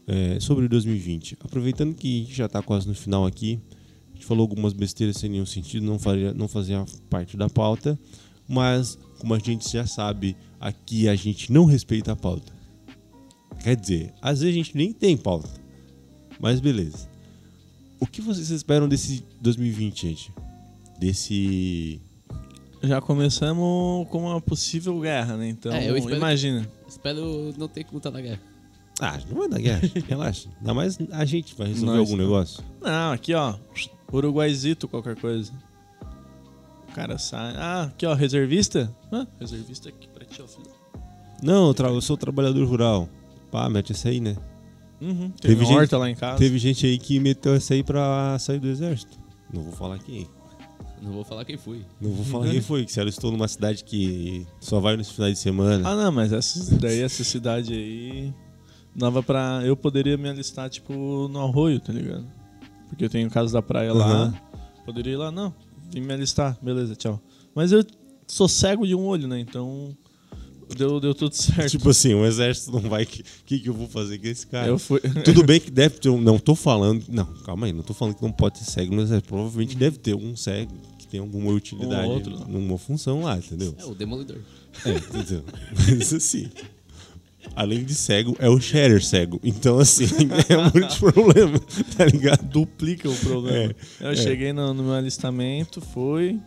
[SPEAKER 1] é, sobre o 2020. Aproveitando que a gente já tá quase no final aqui, a gente falou algumas besteiras sem nenhum sentido, não, faria, não fazia parte da pauta, mas como a gente já sabe, aqui a gente não respeita a pauta. Quer dizer, às vezes a gente nem tem pauta. Mas beleza. O que vocês esperam desse 2020, gente? Desse.
[SPEAKER 2] Já começamos com uma possível guerra, né? Então,
[SPEAKER 3] É, eu espero que-
[SPEAKER 2] imagina.
[SPEAKER 3] Espero não ter que lutar na guerra.
[SPEAKER 1] Ah, não vai dar guerra, [laughs] relaxa. Ainda mais a gente vai resolver
[SPEAKER 2] Nós,
[SPEAKER 1] algum
[SPEAKER 2] né?
[SPEAKER 1] negócio.
[SPEAKER 2] Não, aqui, ó. Uruguaizito, qualquer coisa. O cara sai. Ah, aqui, ó. Reservista? Hã? Reservista aqui pra ti, ó, filho.
[SPEAKER 1] Não, eu, tra- eu sou trabalhador rural. Pá, mete essa aí, né?
[SPEAKER 2] Uhum.
[SPEAKER 1] Teve
[SPEAKER 2] Teve, uma
[SPEAKER 1] gente-
[SPEAKER 2] horta lá em casa.
[SPEAKER 1] Teve gente aí que meteu essa aí pra sair do exército. Não vou falar quem.
[SPEAKER 3] Não vou falar quem fui.
[SPEAKER 1] Não [laughs] vou falar quem foi, que se ela estou numa cidade que só vai nos finais de semana.
[SPEAKER 2] Ah, não, mas essa, daí essa cidade aí. Dava pra. Eu poderia me alistar, tipo, no arroio, tá ligado? Porque eu tenho casa da praia
[SPEAKER 1] Aham.
[SPEAKER 2] lá. Poderia ir lá, não. Vim me alistar, beleza, tchau. Mas eu sou cego de um olho, né? Então. Deu, deu tudo
[SPEAKER 1] [laughs]
[SPEAKER 2] certo.
[SPEAKER 1] Tipo assim, o exército não vai. O que, que, que eu vou fazer com esse cara?
[SPEAKER 2] eu fui.
[SPEAKER 1] [laughs]
[SPEAKER 2] [laughs] é
[SPEAKER 1] Tudo bem que deve ter um. Não tô falando. Não, calma aí. Não tô falando que não pode ter cego no exército. Provavelmente deve ter um cego que tem alguma utilidade,
[SPEAKER 2] Um outro.
[SPEAKER 1] numa função lá, entendeu?
[SPEAKER 3] É, o Demolidor.
[SPEAKER 1] É, entendeu? Isso assim. Além de cego, é o Shatter cego. Então, assim, [laughs] é muito problema, tá ligado?
[SPEAKER 2] duplica é o problema. eu
[SPEAKER 1] é.
[SPEAKER 2] cheguei no, no meu alistamento, foi.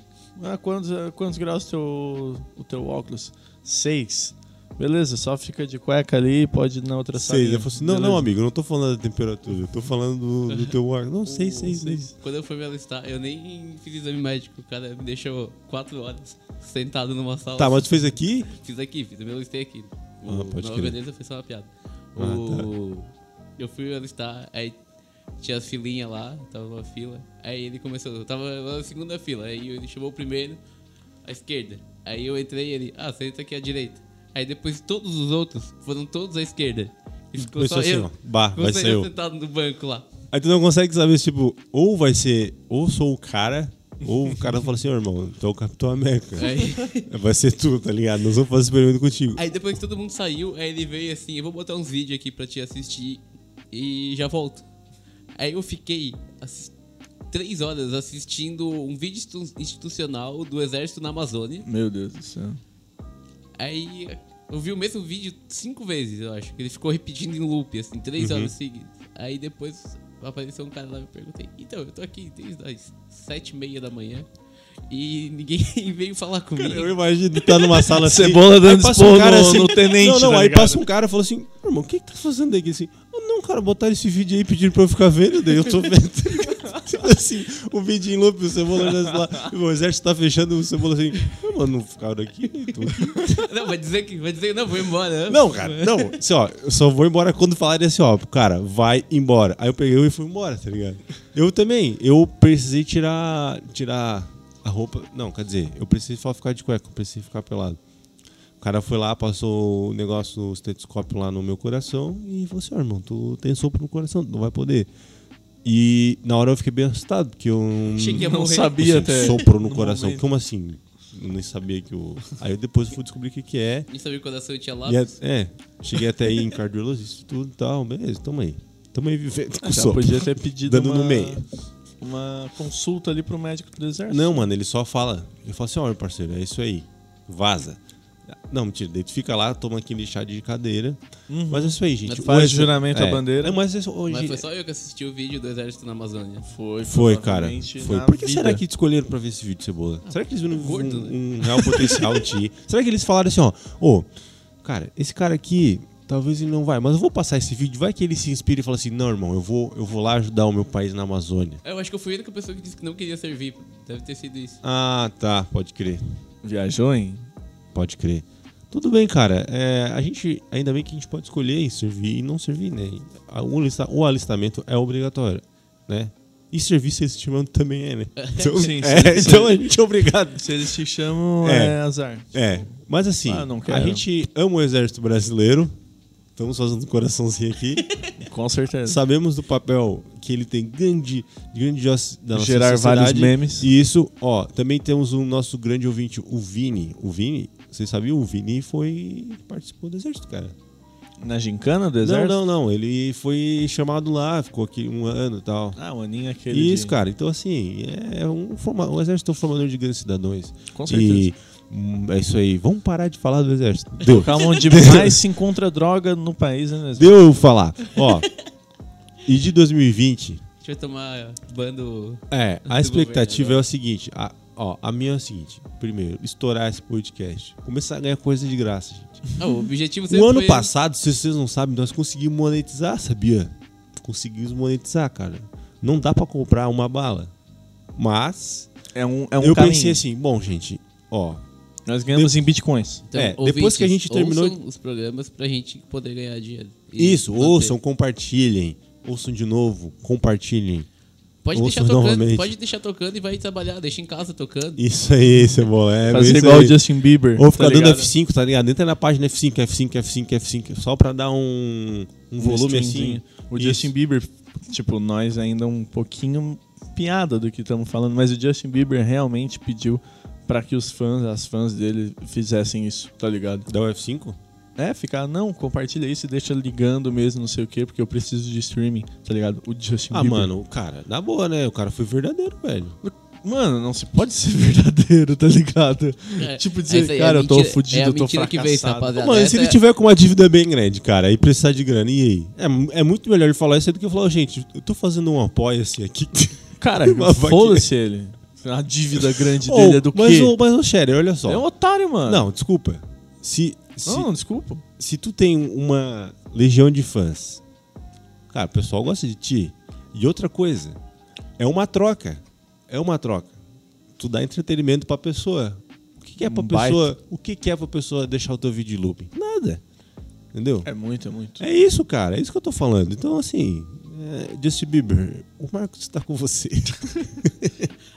[SPEAKER 2] Ah, quantos, ah, quantos graus teu, o teu óculos? Seis. Beleza, só fica de cueca ali, pode ir na outra sala.
[SPEAKER 1] Seis. Eu falei assim, não, não, amigo, eu não tô falando da temperatura, eu tô falando do, do teu ar. Não, seis, seis, seis.
[SPEAKER 3] Quando eu fui me alistar, eu nem fiz exame médico. O cara me deixou quatro horas sentado numa sala.
[SPEAKER 1] Tá, mas tu fez aqui?
[SPEAKER 3] Fiz aqui, fiz, eu me alistei aqui. O,
[SPEAKER 1] Ah, pode
[SPEAKER 3] na
[SPEAKER 1] crer.
[SPEAKER 3] organização foi só uma piada.
[SPEAKER 1] Ah,
[SPEAKER 3] O- Eu fui me alistar, aí tinha as filinhas lá, tava numa fila. Aí ele começou, eu tava na segunda fila, aí ele chamou o primeiro, à esquerda. Aí eu entrei e ele, ah, senta aqui à direita. Aí depois todos os outros foram todos à esquerda. E ficou
[SPEAKER 1] Começou
[SPEAKER 3] só
[SPEAKER 1] assim,
[SPEAKER 3] eu.
[SPEAKER 1] ó. Bah,
[SPEAKER 3] ficou
[SPEAKER 1] vai
[SPEAKER 3] só
[SPEAKER 1] ser eu.
[SPEAKER 3] sentado no banco
[SPEAKER 1] [laughs]
[SPEAKER 3] lá.
[SPEAKER 1] Aí tu não consegue saber, tipo, ou vai ser, ou sou o cara, ou o cara fala assim, ó, irmão, tu é o Capitão América.
[SPEAKER 3] Aí,
[SPEAKER 1] Vai ser tu, tá ligado? Nós vamos fazer experimento contigo.
[SPEAKER 3] aí depois que todo mundo saiu, aí ele veio assim, eu vou botar uns vídeos aqui pra te assistir e já volto. Aí eu fiquei assis- três horas assistindo um vídeo institu- institucional do exército na Amazônia.
[SPEAKER 2] Meu Deus do céu.
[SPEAKER 3] Aí eu vi o mesmo vídeo cinco vezes, eu acho. que Ele ficou repetindo em loop, assim,
[SPEAKER 1] Uhum.
[SPEAKER 3] três horas seguidas. Aí depois apareceu um cara lá e me perguntei, então, eu tô aqui desde as sete e meia da manhã e ninguém [laughs] veio falar comigo.
[SPEAKER 1] Eu imagino tá numa sala assim.
[SPEAKER 2] Cebola
[SPEAKER 1] aí
[SPEAKER 2] dando
[SPEAKER 1] passa assim
[SPEAKER 2] esporro no- no tenente,
[SPEAKER 1] Não, não,
[SPEAKER 2] tá
[SPEAKER 1] aí
[SPEAKER 2] ligado?
[SPEAKER 1] passa um cara e fala assim: irmão, o que que tá fazendo aí? Assim, "Ah, não, cara, botaram esse vídeo aí pedindo pra eu ficar vendo, daí eu tô vendo. [laughs] tá ligado? tipo assim, o vídeo em loop, o cebola já lá. O exército tá fechando, o cebola assim: não, mano, não ficaram aqui, né? Tô aqui."
[SPEAKER 3] Não, vai dizer que vai dizer, não, vou embora. né?
[SPEAKER 1] Não, cara, não. Assim, ó, eu só vou embora quando falarem assim, ó, cara, vai embora. Aí eu peguei e fui embora, tá ligado? Eu também, eu precisei tirar, tirar a roupa. Não, quer dizer, eu precisei só ficar de cueca, eu precisei ficar pelado. O cara foi lá, passou o negócio, o estetoscópio lá no meu coração e falou assim, ó, irmão, tu tem sopro no coração, tu não vai poder. E na hora eu fiquei bem assustado, porque eu...
[SPEAKER 3] Achei que ia
[SPEAKER 2] Não
[SPEAKER 3] morrer.
[SPEAKER 2] sabia.
[SPEAKER 1] Assim,
[SPEAKER 2] até
[SPEAKER 1] sopro
[SPEAKER 3] [laughs]
[SPEAKER 1] no
[SPEAKER 2] no
[SPEAKER 1] coração.
[SPEAKER 2] momento.
[SPEAKER 1] Como assim? Eu nem sabia que eu... Aí eu depois fui descobrir o que que é.
[SPEAKER 3] Não sabia que o coração tinha lá.
[SPEAKER 1] E a- é, cheguei até aí em cardiologista e tudo e tal, beleza, tamo aí. Tamo aí vivendo com
[SPEAKER 2] Já
[SPEAKER 1] sopro.
[SPEAKER 2] Ah, podia ter pedido
[SPEAKER 1] Dando
[SPEAKER 2] uma,
[SPEAKER 1] no meio.
[SPEAKER 2] uma consulta ali pro médico do exército.
[SPEAKER 1] Não, mano, ele só fala. Ele fala assim, ó, meu parceiro, é isso aí. Vaza. Não, mentira, daí tu fica lá, toma aquele chá de cadeira.
[SPEAKER 2] Uhum.
[SPEAKER 1] Mas é isso aí, gente.
[SPEAKER 3] Mas
[SPEAKER 1] O
[SPEAKER 2] Faz
[SPEAKER 1] extra-
[SPEAKER 2] juramento à
[SPEAKER 1] é.
[SPEAKER 2] bandeira.
[SPEAKER 1] É, mas isso, hoje...
[SPEAKER 3] Mas foi só eu que assisti o vídeo do Exército na Amazônia.
[SPEAKER 2] Foi,
[SPEAKER 1] Foi, cara.
[SPEAKER 2] provavelmente,
[SPEAKER 1] Foi.
[SPEAKER 2] na
[SPEAKER 1] Por que
[SPEAKER 2] vida. né?
[SPEAKER 1] será que te escolheram pra ver esse vídeo, Cebola? será que eles viram
[SPEAKER 3] gordo,
[SPEAKER 1] um, um real potencial de
[SPEAKER 2] [laughs]
[SPEAKER 1] ti? Será que eles falaram assim, ó, ô, cara, esse cara aqui, talvez ele não vai, mas eu vou passar esse vídeo, vai que ele se inspira e fala assim, não, irmão, eu vou, eu vou lá ajudar o meu país na Amazônia.
[SPEAKER 3] Eu acho que eu fui a única pessoa que disse que não queria servir. Deve ter sido isso.
[SPEAKER 1] Ah, tá, pode crer,
[SPEAKER 2] Viajou, hein?
[SPEAKER 1] pode crer. Tudo bem, cara. É, a gente, ainda bem que a gente pode escolher em servir e não servir, né? A- O, alista- o alistamento é obrigatório, né? E servir se estimando também
[SPEAKER 2] [laughs]
[SPEAKER 1] é, né? Então,
[SPEAKER 2] Sim, sim,
[SPEAKER 1] é,
[SPEAKER 2] sim.
[SPEAKER 1] então a gente é obrigado.
[SPEAKER 2] Se eles te chamam,
[SPEAKER 1] É.
[SPEAKER 2] é, azar.
[SPEAKER 1] É, mas assim,
[SPEAKER 2] Ah, não
[SPEAKER 1] a
[SPEAKER 2] quero.
[SPEAKER 1] gente ama o exército brasileiro. Estamos fazendo um coraçãozinho
[SPEAKER 2] [laughs]
[SPEAKER 1] aqui.
[SPEAKER 2] Com certeza.
[SPEAKER 1] Sabemos do papel que ele tem grande, grandioso da nossa
[SPEAKER 2] Gerar
[SPEAKER 1] sociedade.
[SPEAKER 2] vários memes.
[SPEAKER 1] E isso, ó, também temos o nosso grande ouvinte, o Vini. O Vini, vocês sabiam? O Vini foi participou do exército, cara.
[SPEAKER 2] Na gincana do exército?
[SPEAKER 1] Não, não, não. Ele foi chamado lá, ficou aqui um ano e tal.
[SPEAKER 2] Ah, o Aninho é aquele.
[SPEAKER 1] Isso,
[SPEAKER 2] de-
[SPEAKER 1] cara. Então, assim, é um, forma... um exército é um formador de grandes cidadãos.
[SPEAKER 2] Com certeza.
[SPEAKER 1] E, hum, é isso aí. Vamos parar de falar do exército. Deu.
[SPEAKER 2] Calma, [laughs] onde mais se encontra droga no país, né? mesmo?
[SPEAKER 1] Deu eu falar. Ó. e de 2020,
[SPEAKER 3] Deixa eu tomar bando.
[SPEAKER 1] [laughs] é, a
[SPEAKER 3] Do
[SPEAKER 1] expectativa é
[SPEAKER 3] governo,
[SPEAKER 1] o seguinte. A, ó, a minha é o seguinte. Primeiro, estourar esse podcast. Começar a ganhar coisa de graça, gente.
[SPEAKER 3] Ah, o objetivo
[SPEAKER 1] o
[SPEAKER 3] sempre
[SPEAKER 1] ano
[SPEAKER 3] foi-
[SPEAKER 1] passado, se vocês não sabem, nós conseguimos monetizar, sabia? Conseguimos monetizar, cara. Não dá pra comprar uma bala. Mas
[SPEAKER 2] É um, é um
[SPEAKER 1] eu
[SPEAKER 2] caminho.
[SPEAKER 1] pensei assim, bom, gente, ó,
[SPEAKER 2] assim, Nós ganhamos em bitcoins.
[SPEAKER 3] Então,
[SPEAKER 1] É, depois que a gente
[SPEAKER 3] ouvintes,
[SPEAKER 1] terminou-
[SPEAKER 3] ouçam os programas pra gente poder ganhar dinheiro. E
[SPEAKER 1] Isso,
[SPEAKER 3] manter.
[SPEAKER 1] ouçam, compartilhem. Ouçam de novo, compartilhem.
[SPEAKER 3] Pode deixar,
[SPEAKER 1] ouçam
[SPEAKER 3] tocando,
[SPEAKER 1] novamente.
[SPEAKER 3] pode deixar tocando e vai trabalhar, deixa em casa tocando.
[SPEAKER 1] Isso aí, Cebola. É,
[SPEAKER 2] Fazer
[SPEAKER 1] isso
[SPEAKER 2] igual
[SPEAKER 1] aí.
[SPEAKER 2] o Justin Bieber.
[SPEAKER 1] Ou ficar
[SPEAKER 2] tá
[SPEAKER 1] dando
[SPEAKER 2] ligado?
[SPEAKER 1] F5, tá ligado? Entra na página F5, F5, F5, F5, só pra dar um, um
[SPEAKER 2] Um
[SPEAKER 1] volume assim.
[SPEAKER 2] streamzinho. O
[SPEAKER 1] Isso.
[SPEAKER 2] Justin Bieber, tipo, nós ainda um pouquinho piada do que estamos falando, mas o Justin Bieber realmente pediu pra que os fãs, as fãs dele, fizessem isso, tá ligado?
[SPEAKER 1] Dá o F5?
[SPEAKER 2] É, ficar, não, compartilha isso e deixa ligando mesmo, não sei o quê, porque eu preciso de streaming, tá ligado? O Justin
[SPEAKER 1] Ah,
[SPEAKER 2] Bieber.
[SPEAKER 1] mano, cara, na boa, né? O cara foi verdadeiro, velho.
[SPEAKER 2] Mano, não se pode ser [laughs] verdadeiro, tá ligado?
[SPEAKER 1] [laughs]
[SPEAKER 3] É,
[SPEAKER 2] tipo,
[SPEAKER 3] é
[SPEAKER 2] dizer,
[SPEAKER 3] isso aí, é
[SPEAKER 2] cara, eu tô
[SPEAKER 3] mentira-
[SPEAKER 2] fudido,
[SPEAKER 3] é a
[SPEAKER 2] eu tô
[SPEAKER 3] mentira que vem,
[SPEAKER 2] fracassado.
[SPEAKER 3] rapaziada.
[SPEAKER 1] Mano, e se
[SPEAKER 3] essa
[SPEAKER 1] ele
[SPEAKER 3] é-
[SPEAKER 1] tiver com uma dívida bem grande, cara, e precisar de grana, e aí? É, é muito melhor ele falar isso aí do que eu falar, gente, eu tô fazendo um apoia-se aqui.
[SPEAKER 2] Cara,
[SPEAKER 1] [laughs] Uma
[SPEAKER 2] foda-se ele. A dívida
[SPEAKER 1] [laughs]
[SPEAKER 2] grande
[SPEAKER 1] Ô,
[SPEAKER 2] dele é do
[SPEAKER 1] mas,
[SPEAKER 2] quê?
[SPEAKER 1] ô, mas, ô, Sherry, olha só.
[SPEAKER 2] É um otário, mano.
[SPEAKER 1] Não, desculpa. Se, se,
[SPEAKER 2] Não, desculpa.
[SPEAKER 1] se tu tem uma legião de fãs, cara, o pessoal gosta de ti. E outra coisa, é uma troca. É uma troca. Tu dá entretenimento pra pessoa. O que, que é pra
[SPEAKER 2] Um
[SPEAKER 1] pessoa? O que, que é pra pessoa deixar o teu vídeo em looping? Nada. Entendeu?
[SPEAKER 2] É muito, é muito.
[SPEAKER 1] É isso, cara. É isso que eu tô falando. Então, assim, é, Justin Bieber, o Marcos tá com você.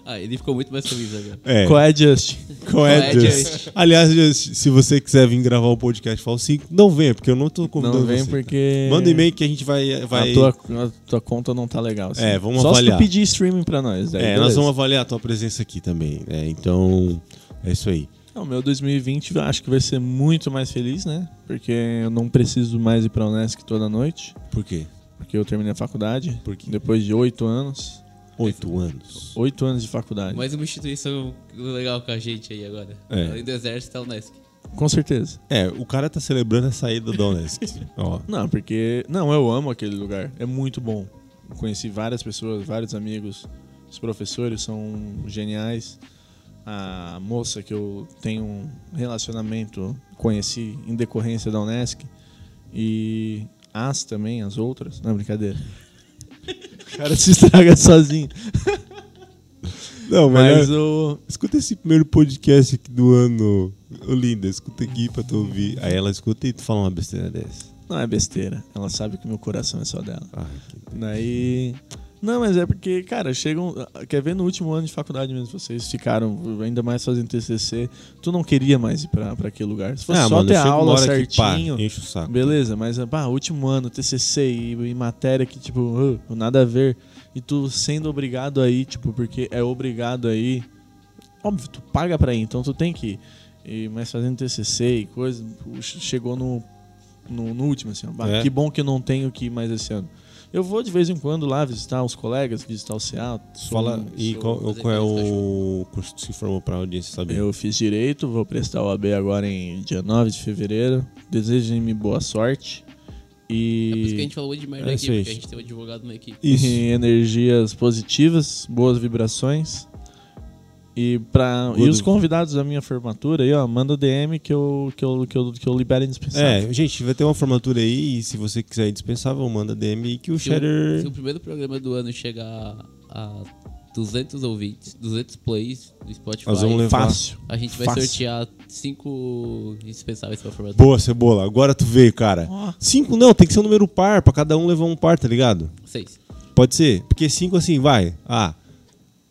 [SPEAKER 3] Ah, ele ficou muito mais
[SPEAKER 1] [laughs]
[SPEAKER 3] feliz agora.
[SPEAKER 1] É.
[SPEAKER 2] Qual [laughs] é, Justin?
[SPEAKER 1] Qual é,
[SPEAKER 3] Qual é,
[SPEAKER 1] Justin?
[SPEAKER 3] Justin?
[SPEAKER 1] Aliás, Justin, se você quiser vir gravar o podcast Fall 5, não venha, porque eu não tô convidando
[SPEAKER 2] Não vem
[SPEAKER 1] você.
[SPEAKER 2] porque...
[SPEAKER 1] Manda um e-mail que a gente vai. vai...
[SPEAKER 2] A, tua, a tua conta não tá legal. assim.
[SPEAKER 1] É, vamos
[SPEAKER 2] Só
[SPEAKER 1] avaliar.
[SPEAKER 2] se tu pedir streaming pra nós. Daí,
[SPEAKER 1] É, nós
[SPEAKER 2] beleza.
[SPEAKER 1] vamos avaliar a tua presença aqui também. né? então, é isso aí.
[SPEAKER 2] Não, meu 2020 eu acho que vai ser muito mais feliz, né? Porque eu não preciso mais ir pra Unesc toda noite.
[SPEAKER 1] Por quê?
[SPEAKER 2] Porque eu terminei a faculdade.
[SPEAKER 1] Por quê?
[SPEAKER 2] Depois de oito anos.
[SPEAKER 1] Oito anos.
[SPEAKER 2] Oito anos de faculdade.
[SPEAKER 3] Mais uma instituição legal com a gente aí agora.
[SPEAKER 1] É.
[SPEAKER 3] Além do Exército, tá o Nesc.
[SPEAKER 2] Com certeza.
[SPEAKER 1] É, o cara tá celebrando a saída do Unesc. [laughs] Ó.
[SPEAKER 2] Não, porque. Não, eu amo aquele lugar. É muito bom. Conheci várias pessoas, vários amigos. Os professores são geniais. A moça que eu tenho um relacionamento conheci em decorrência da Unesc. E as também, as outras. Não, é brincadeira. O cara se estraga sozinho.
[SPEAKER 1] Não, é-
[SPEAKER 2] Mas o.
[SPEAKER 1] Escuta esse primeiro podcast aqui do ano. Ô, linda, escuta aqui pra tu ouvir. Aí ela escuta e tu fala uma besteira dessa.
[SPEAKER 2] Não é besteira. Ela sabe que meu coração é só dela.
[SPEAKER 1] Ah,
[SPEAKER 2] Daí. Não, mas é porque, cara, chegam. Quer ver no último ano de faculdade mesmo, vocês ficaram ainda mais fazendo TCC. Tu não queria mais ir pra, pra aquele lugar. Se fosse só ter a
[SPEAKER 1] Ah, chega uma
[SPEAKER 2] aula
[SPEAKER 1] hora que, pá,
[SPEAKER 2] certinho.
[SPEAKER 1] enche o saco.
[SPEAKER 2] beleza, mas, bah, último ano, TCC e, e matéria que, tipo, uh, nada a ver. E tu sendo obrigado aí, tipo, porque é obrigado aí. Óbvio, tu paga pra ir, então tu tem que ir. E, mas fazendo TCC e coisa, puxa, chegou no, no, no último, assim, ó. Bah,
[SPEAKER 1] É.
[SPEAKER 2] Que bom que eu não tenho que ir mais esse ano. Eu vou de vez em quando lá visitar os colegas, visitar o SEAT. sou
[SPEAKER 1] Fala
[SPEAKER 2] um-
[SPEAKER 1] e
[SPEAKER 3] sou-
[SPEAKER 1] qual,
[SPEAKER 3] fazer
[SPEAKER 1] qual é
[SPEAKER 3] pelos
[SPEAKER 1] o curso que se formou pra audiência saber?
[SPEAKER 2] Eu fiz direito, vou prestar o AB agora em dia 9 de fevereiro. Desejem-me boa sorte.
[SPEAKER 3] É por isso que a
[SPEAKER 2] E,
[SPEAKER 3] gente falou de merda
[SPEAKER 1] É
[SPEAKER 3] aqui,
[SPEAKER 1] isso aí.
[SPEAKER 3] porque a gente tem um advogado na equipe.
[SPEAKER 1] Isso.
[SPEAKER 2] e energias positivas, boas vibrações. E, pra, e
[SPEAKER 1] Good.
[SPEAKER 2] os convidados da minha formatura aí, ó, manda o DM que eu, que eu, que eu, que eu libero indispensável.
[SPEAKER 1] É, gente, vai ter uma formatura aí e se você quiser indispensável, manda DM aí que o
[SPEAKER 3] Se o, se
[SPEAKER 1] Shader.
[SPEAKER 3] o primeiro programa do ano chegar a 200 ouvintes, 200 plays no Spotify,
[SPEAKER 1] Nós vamos levar.
[SPEAKER 2] Fácil.
[SPEAKER 3] a gente vai
[SPEAKER 2] Fácil.
[SPEAKER 3] sortear 5 indispensáveis pra formatura.
[SPEAKER 1] Boa, Cebola, agora tu veio, cara.
[SPEAKER 2] Ó.
[SPEAKER 1] Cinco não, tem que ser um número par, pra cada um levar um par, tá ligado?
[SPEAKER 3] Seis.
[SPEAKER 1] Pode ser? Porque cinco assim, vai. Ah.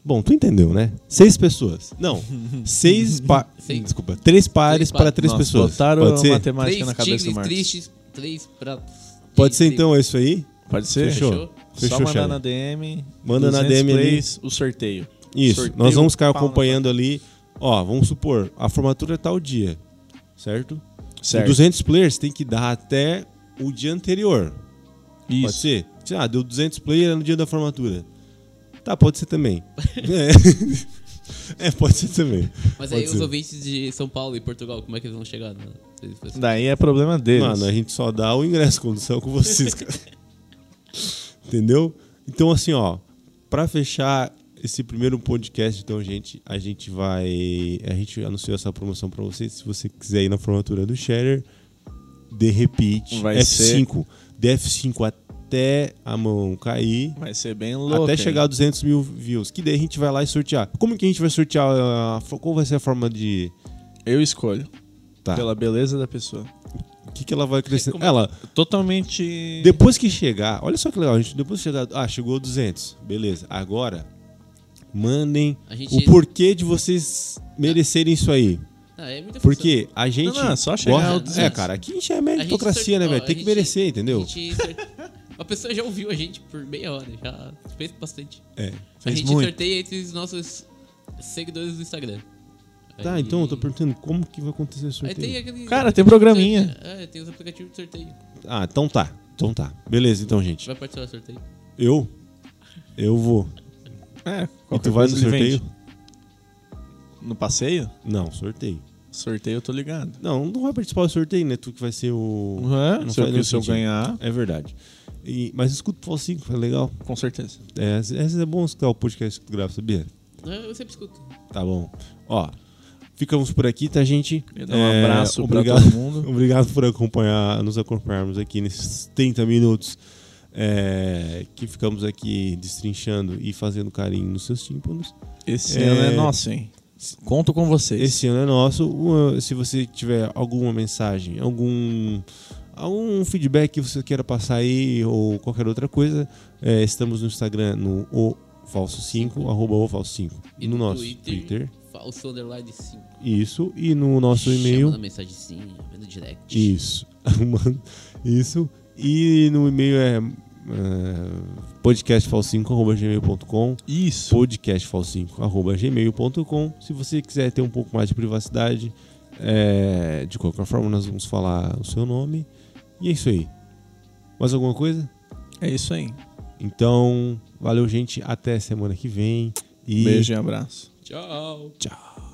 [SPEAKER 1] Bom, tu entendeu, né? Seis pessoas.
[SPEAKER 2] [laughs]
[SPEAKER 1] Não. Seis pa...
[SPEAKER 3] Sim.
[SPEAKER 1] Desculpa. Três pares
[SPEAKER 3] Três pa-
[SPEAKER 1] para três
[SPEAKER 2] Nossa,
[SPEAKER 1] pessoas.
[SPEAKER 2] Botaram
[SPEAKER 1] Pode
[SPEAKER 2] a
[SPEAKER 1] ser?
[SPEAKER 2] matemática na
[SPEAKER 3] Três
[SPEAKER 2] cabeça do
[SPEAKER 3] tigres
[SPEAKER 2] Marcos.
[SPEAKER 3] tristes, três pratos.
[SPEAKER 1] Pode ser então, é isso aí?
[SPEAKER 2] Pode ser?
[SPEAKER 1] Fechou.
[SPEAKER 2] Só
[SPEAKER 1] Fechou,
[SPEAKER 2] mandar
[SPEAKER 1] Shader.
[SPEAKER 2] na DM.
[SPEAKER 1] Manda na
[SPEAKER 2] 200
[SPEAKER 1] DM ali.
[SPEAKER 2] plays, o sorteio.
[SPEAKER 1] Isso.
[SPEAKER 2] Sorteio,
[SPEAKER 1] Nós vamos ficar
[SPEAKER 2] pau na
[SPEAKER 1] acompanhando ali. Ó, vamos supor, a formatura é tal dia, certo? E
[SPEAKER 2] Certo.
[SPEAKER 1] 200 players tem que dar até o dia anterior. Pode
[SPEAKER 2] Isso.
[SPEAKER 1] ser? Sei lá, deu 200 players no dia da formatura. Tá, pode ser
[SPEAKER 3] [laughs]
[SPEAKER 1] também. é. [laughs] É, pode ser também.
[SPEAKER 3] Mas
[SPEAKER 1] Pode
[SPEAKER 3] aí
[SPEAKER 1] ser.
[SPEAKER 3] os ouvintes de São Paulo e Portugal, como é que eles vão chegar? Na...
[SPEAKER 2] Daí é problema deles.
[SPEAKER 1] Mano, a gente só dá o ingresso quando saiu com
[SPEAKER 3] [laughs]
[SPEAKER 1] vocês, cara. Entendeu? Então, assim, ó, pra fechar esse primeiro podcast, então, gente, a gente vai. A gente anunciou essa promoção pra vocês. Se você quiser ir na formatura do Shader, de repeat,
[SPEAKER 2] Vai
[SPEAKER 1] F5. De F5 até a mão cair.
[SPEAKER 2] Vai ser bem louco.
[SPEAKER 1] Até
[SPEAKER 2] hein?
[SPEAKER 1] chegar a 200 mil views. Que daí a gente vai lá e sortear. Como que a gente vai sortear? ah, Qual vai ser a forma de.
[SPEAKER 2] Eu escolho.
[SPEAKER 1] Tá.
[SPEAKER 2] Pela beleza da pessoa.
[SPEAKER 1] O que, que ela vai acrescentar?
[SPEAKER 3] Como-
[SPEAKER 1] Ela,
[SPEAKER 2] Totalmente.
[SPEAKER 1] Depois que chegar, olha só que legal, gente. Depois que chegar, ah, chegou 200, beleza. Agora, mandem
[SPEAKER 3] A gente-
[SPEAKER 1] o porquê de vocês merecerem isso aí.
[SPEAKER 3] Ah, é muita função.
[SPEAKER 1] Porque a gente.
[SPEAKER 2] Não, não, é só chegar
[SPEAKER 1] gosta-
[SPEAKER 3] ao
[SPEAKER 1] É,
[SPEAKER 3] 200.
[SPEAKER 1] cara, aqui a gente é
[SPEAKER 3] A gente
[SPEAKER 1] meritocracia, né,
[SPEAKER 3] sorte-
[SPEAKER 1] velho? Tem
[SPEAKER 3] ó, a
[SPEAKER 1] que
[SPEAKER 3] gente-
[SPEAKER 1] merecer, entendeu?
[SPEAKER 3] a gente [laughs] sor- Uma pessoa já ouviu a gente por meia hora, já fez bastante.
[SPEAKER 1] É.
[SPEAKER 2] Fez
[SPEAKER 3] a gente
[SPEAKER 2] muito.
[SPEAKER 3] sorteia entre os nossos seguidores do Instagram.
[SPEAKER 1] Tá,
[SPEAKER 3] Aí-
[SPEAKER 1] então eu tô perguntando como que vai acontecer o
[SPEAKER 3] Aí tem
[SPEAKER 1] sorteio.
[SPEAKER 3] aquele.
[SPEAKER 2] Cara, tem programinha.
[SPEAKER 3] É, tem os aplicativos de sorteio. A
[SPEAKER 1] Ah, então tá. Então tá. Beleza, então,
[SPEAKER 3] gente
[SPEAKER 1] gente.
[SPEAKER 3] vai participar do sorteio.
[SPEAKER 1] Eu. Eu vou.
[SPEAKER 2] É,
[SPEAKER 1] E
[SPEAKER 2] qualquer
[SPEAKER 1] tu vai no
[SPEAKER 2] coisa ele
[SPEAKER 1] sorteio?
[SPEAKER 2] vende. No passeio?
[SPEAKER 1] Não, sorteio.
[SPEAKER 2] Sorteio eu tô ligado.
[SPEAKER 1] Não, não vai participar do sorteio, né? Tu que vai ser o.
[SPEAKER 2] Uhum,
[SPEAKER 1] Não
[SPEAKER 2] se, eu,
[SPEAKER 1] faz nenhum
[SPEAKER 2] se eu
[SPEAKER 1] sentido.
[SPEAKER 2] ganhar,
[SPEAKER 1] É verdade. E- mas escuta o Fall 5, é legal.
[SPEAKER 2] com certeza.
[SPEAKER 1] É, às às vezes é bom escutar o podcast que tu grava, sabia?
[SPEAKER 3] Ah, Eu sempre escuto.
[SPEAKER 1] Tá bom. Ó, ficamos por aqui, tá, gente?
[SPEAKER 2] Queria dar um abraço pra
[SPEAKER 1] obrigado, [laughs]
[SPEAKER 2] todo mundo.
[SPEAKER 1] obrigado por acompanhar, nos acompanharmos aqui nesses 30 minutos é, que ficamos aqui destrinchando e fazendo carinho nos seus tímpanos.
[SPEAKER 2] [laughs] Esse
[SPEAKER 1] É.
[SPEAKER 2] ano é nosso, hein? Conto com vocês.
[SPEAKER 1] Esse ano é nosso. Uma- se você tiver alguma mensagem, algum algum feedback que você queira passar aí ou qualquer outra coisa, é, estamos no Instagram no o falso 5, arroba o falso 5,
[SPEAKER 3] E
[SPEAKER 1] no
[SPEAKER 3] no
[SPEAKER 1] nosso Twitter.
[SPEAKER 3] Twitter? Falso underline 5.
[SPEAKER 1] Isso. E no nosso
[SPEAKER 3] Chama
[SPEAKER 1] e-mail.
[SPEAKER 3] na mensagenzinha, vem no direct.
[SPEAKER 1] Isso. [laughs] Mano, Isso. E no e-mail é, é podcastfalsinco.gmail.com
[SPEAKER 2] Isso.
[SPEAKER 1] podcastfalsinco.gmail.com Se você quiser ter um pouco mais de privacidade, é, de qualquer forma, nós vamos falar o seu nome. E é isso aí. Mais alguma coisa?
[SPEAKER 2] É isso aí.
[SPEAKER 1] Então, valeu, gente. Até semana que vem. E
[SPEAKER 2] Beijo e abraço.
[SPEAKER 3] Tchau.
[SPEAKER 1] tchau.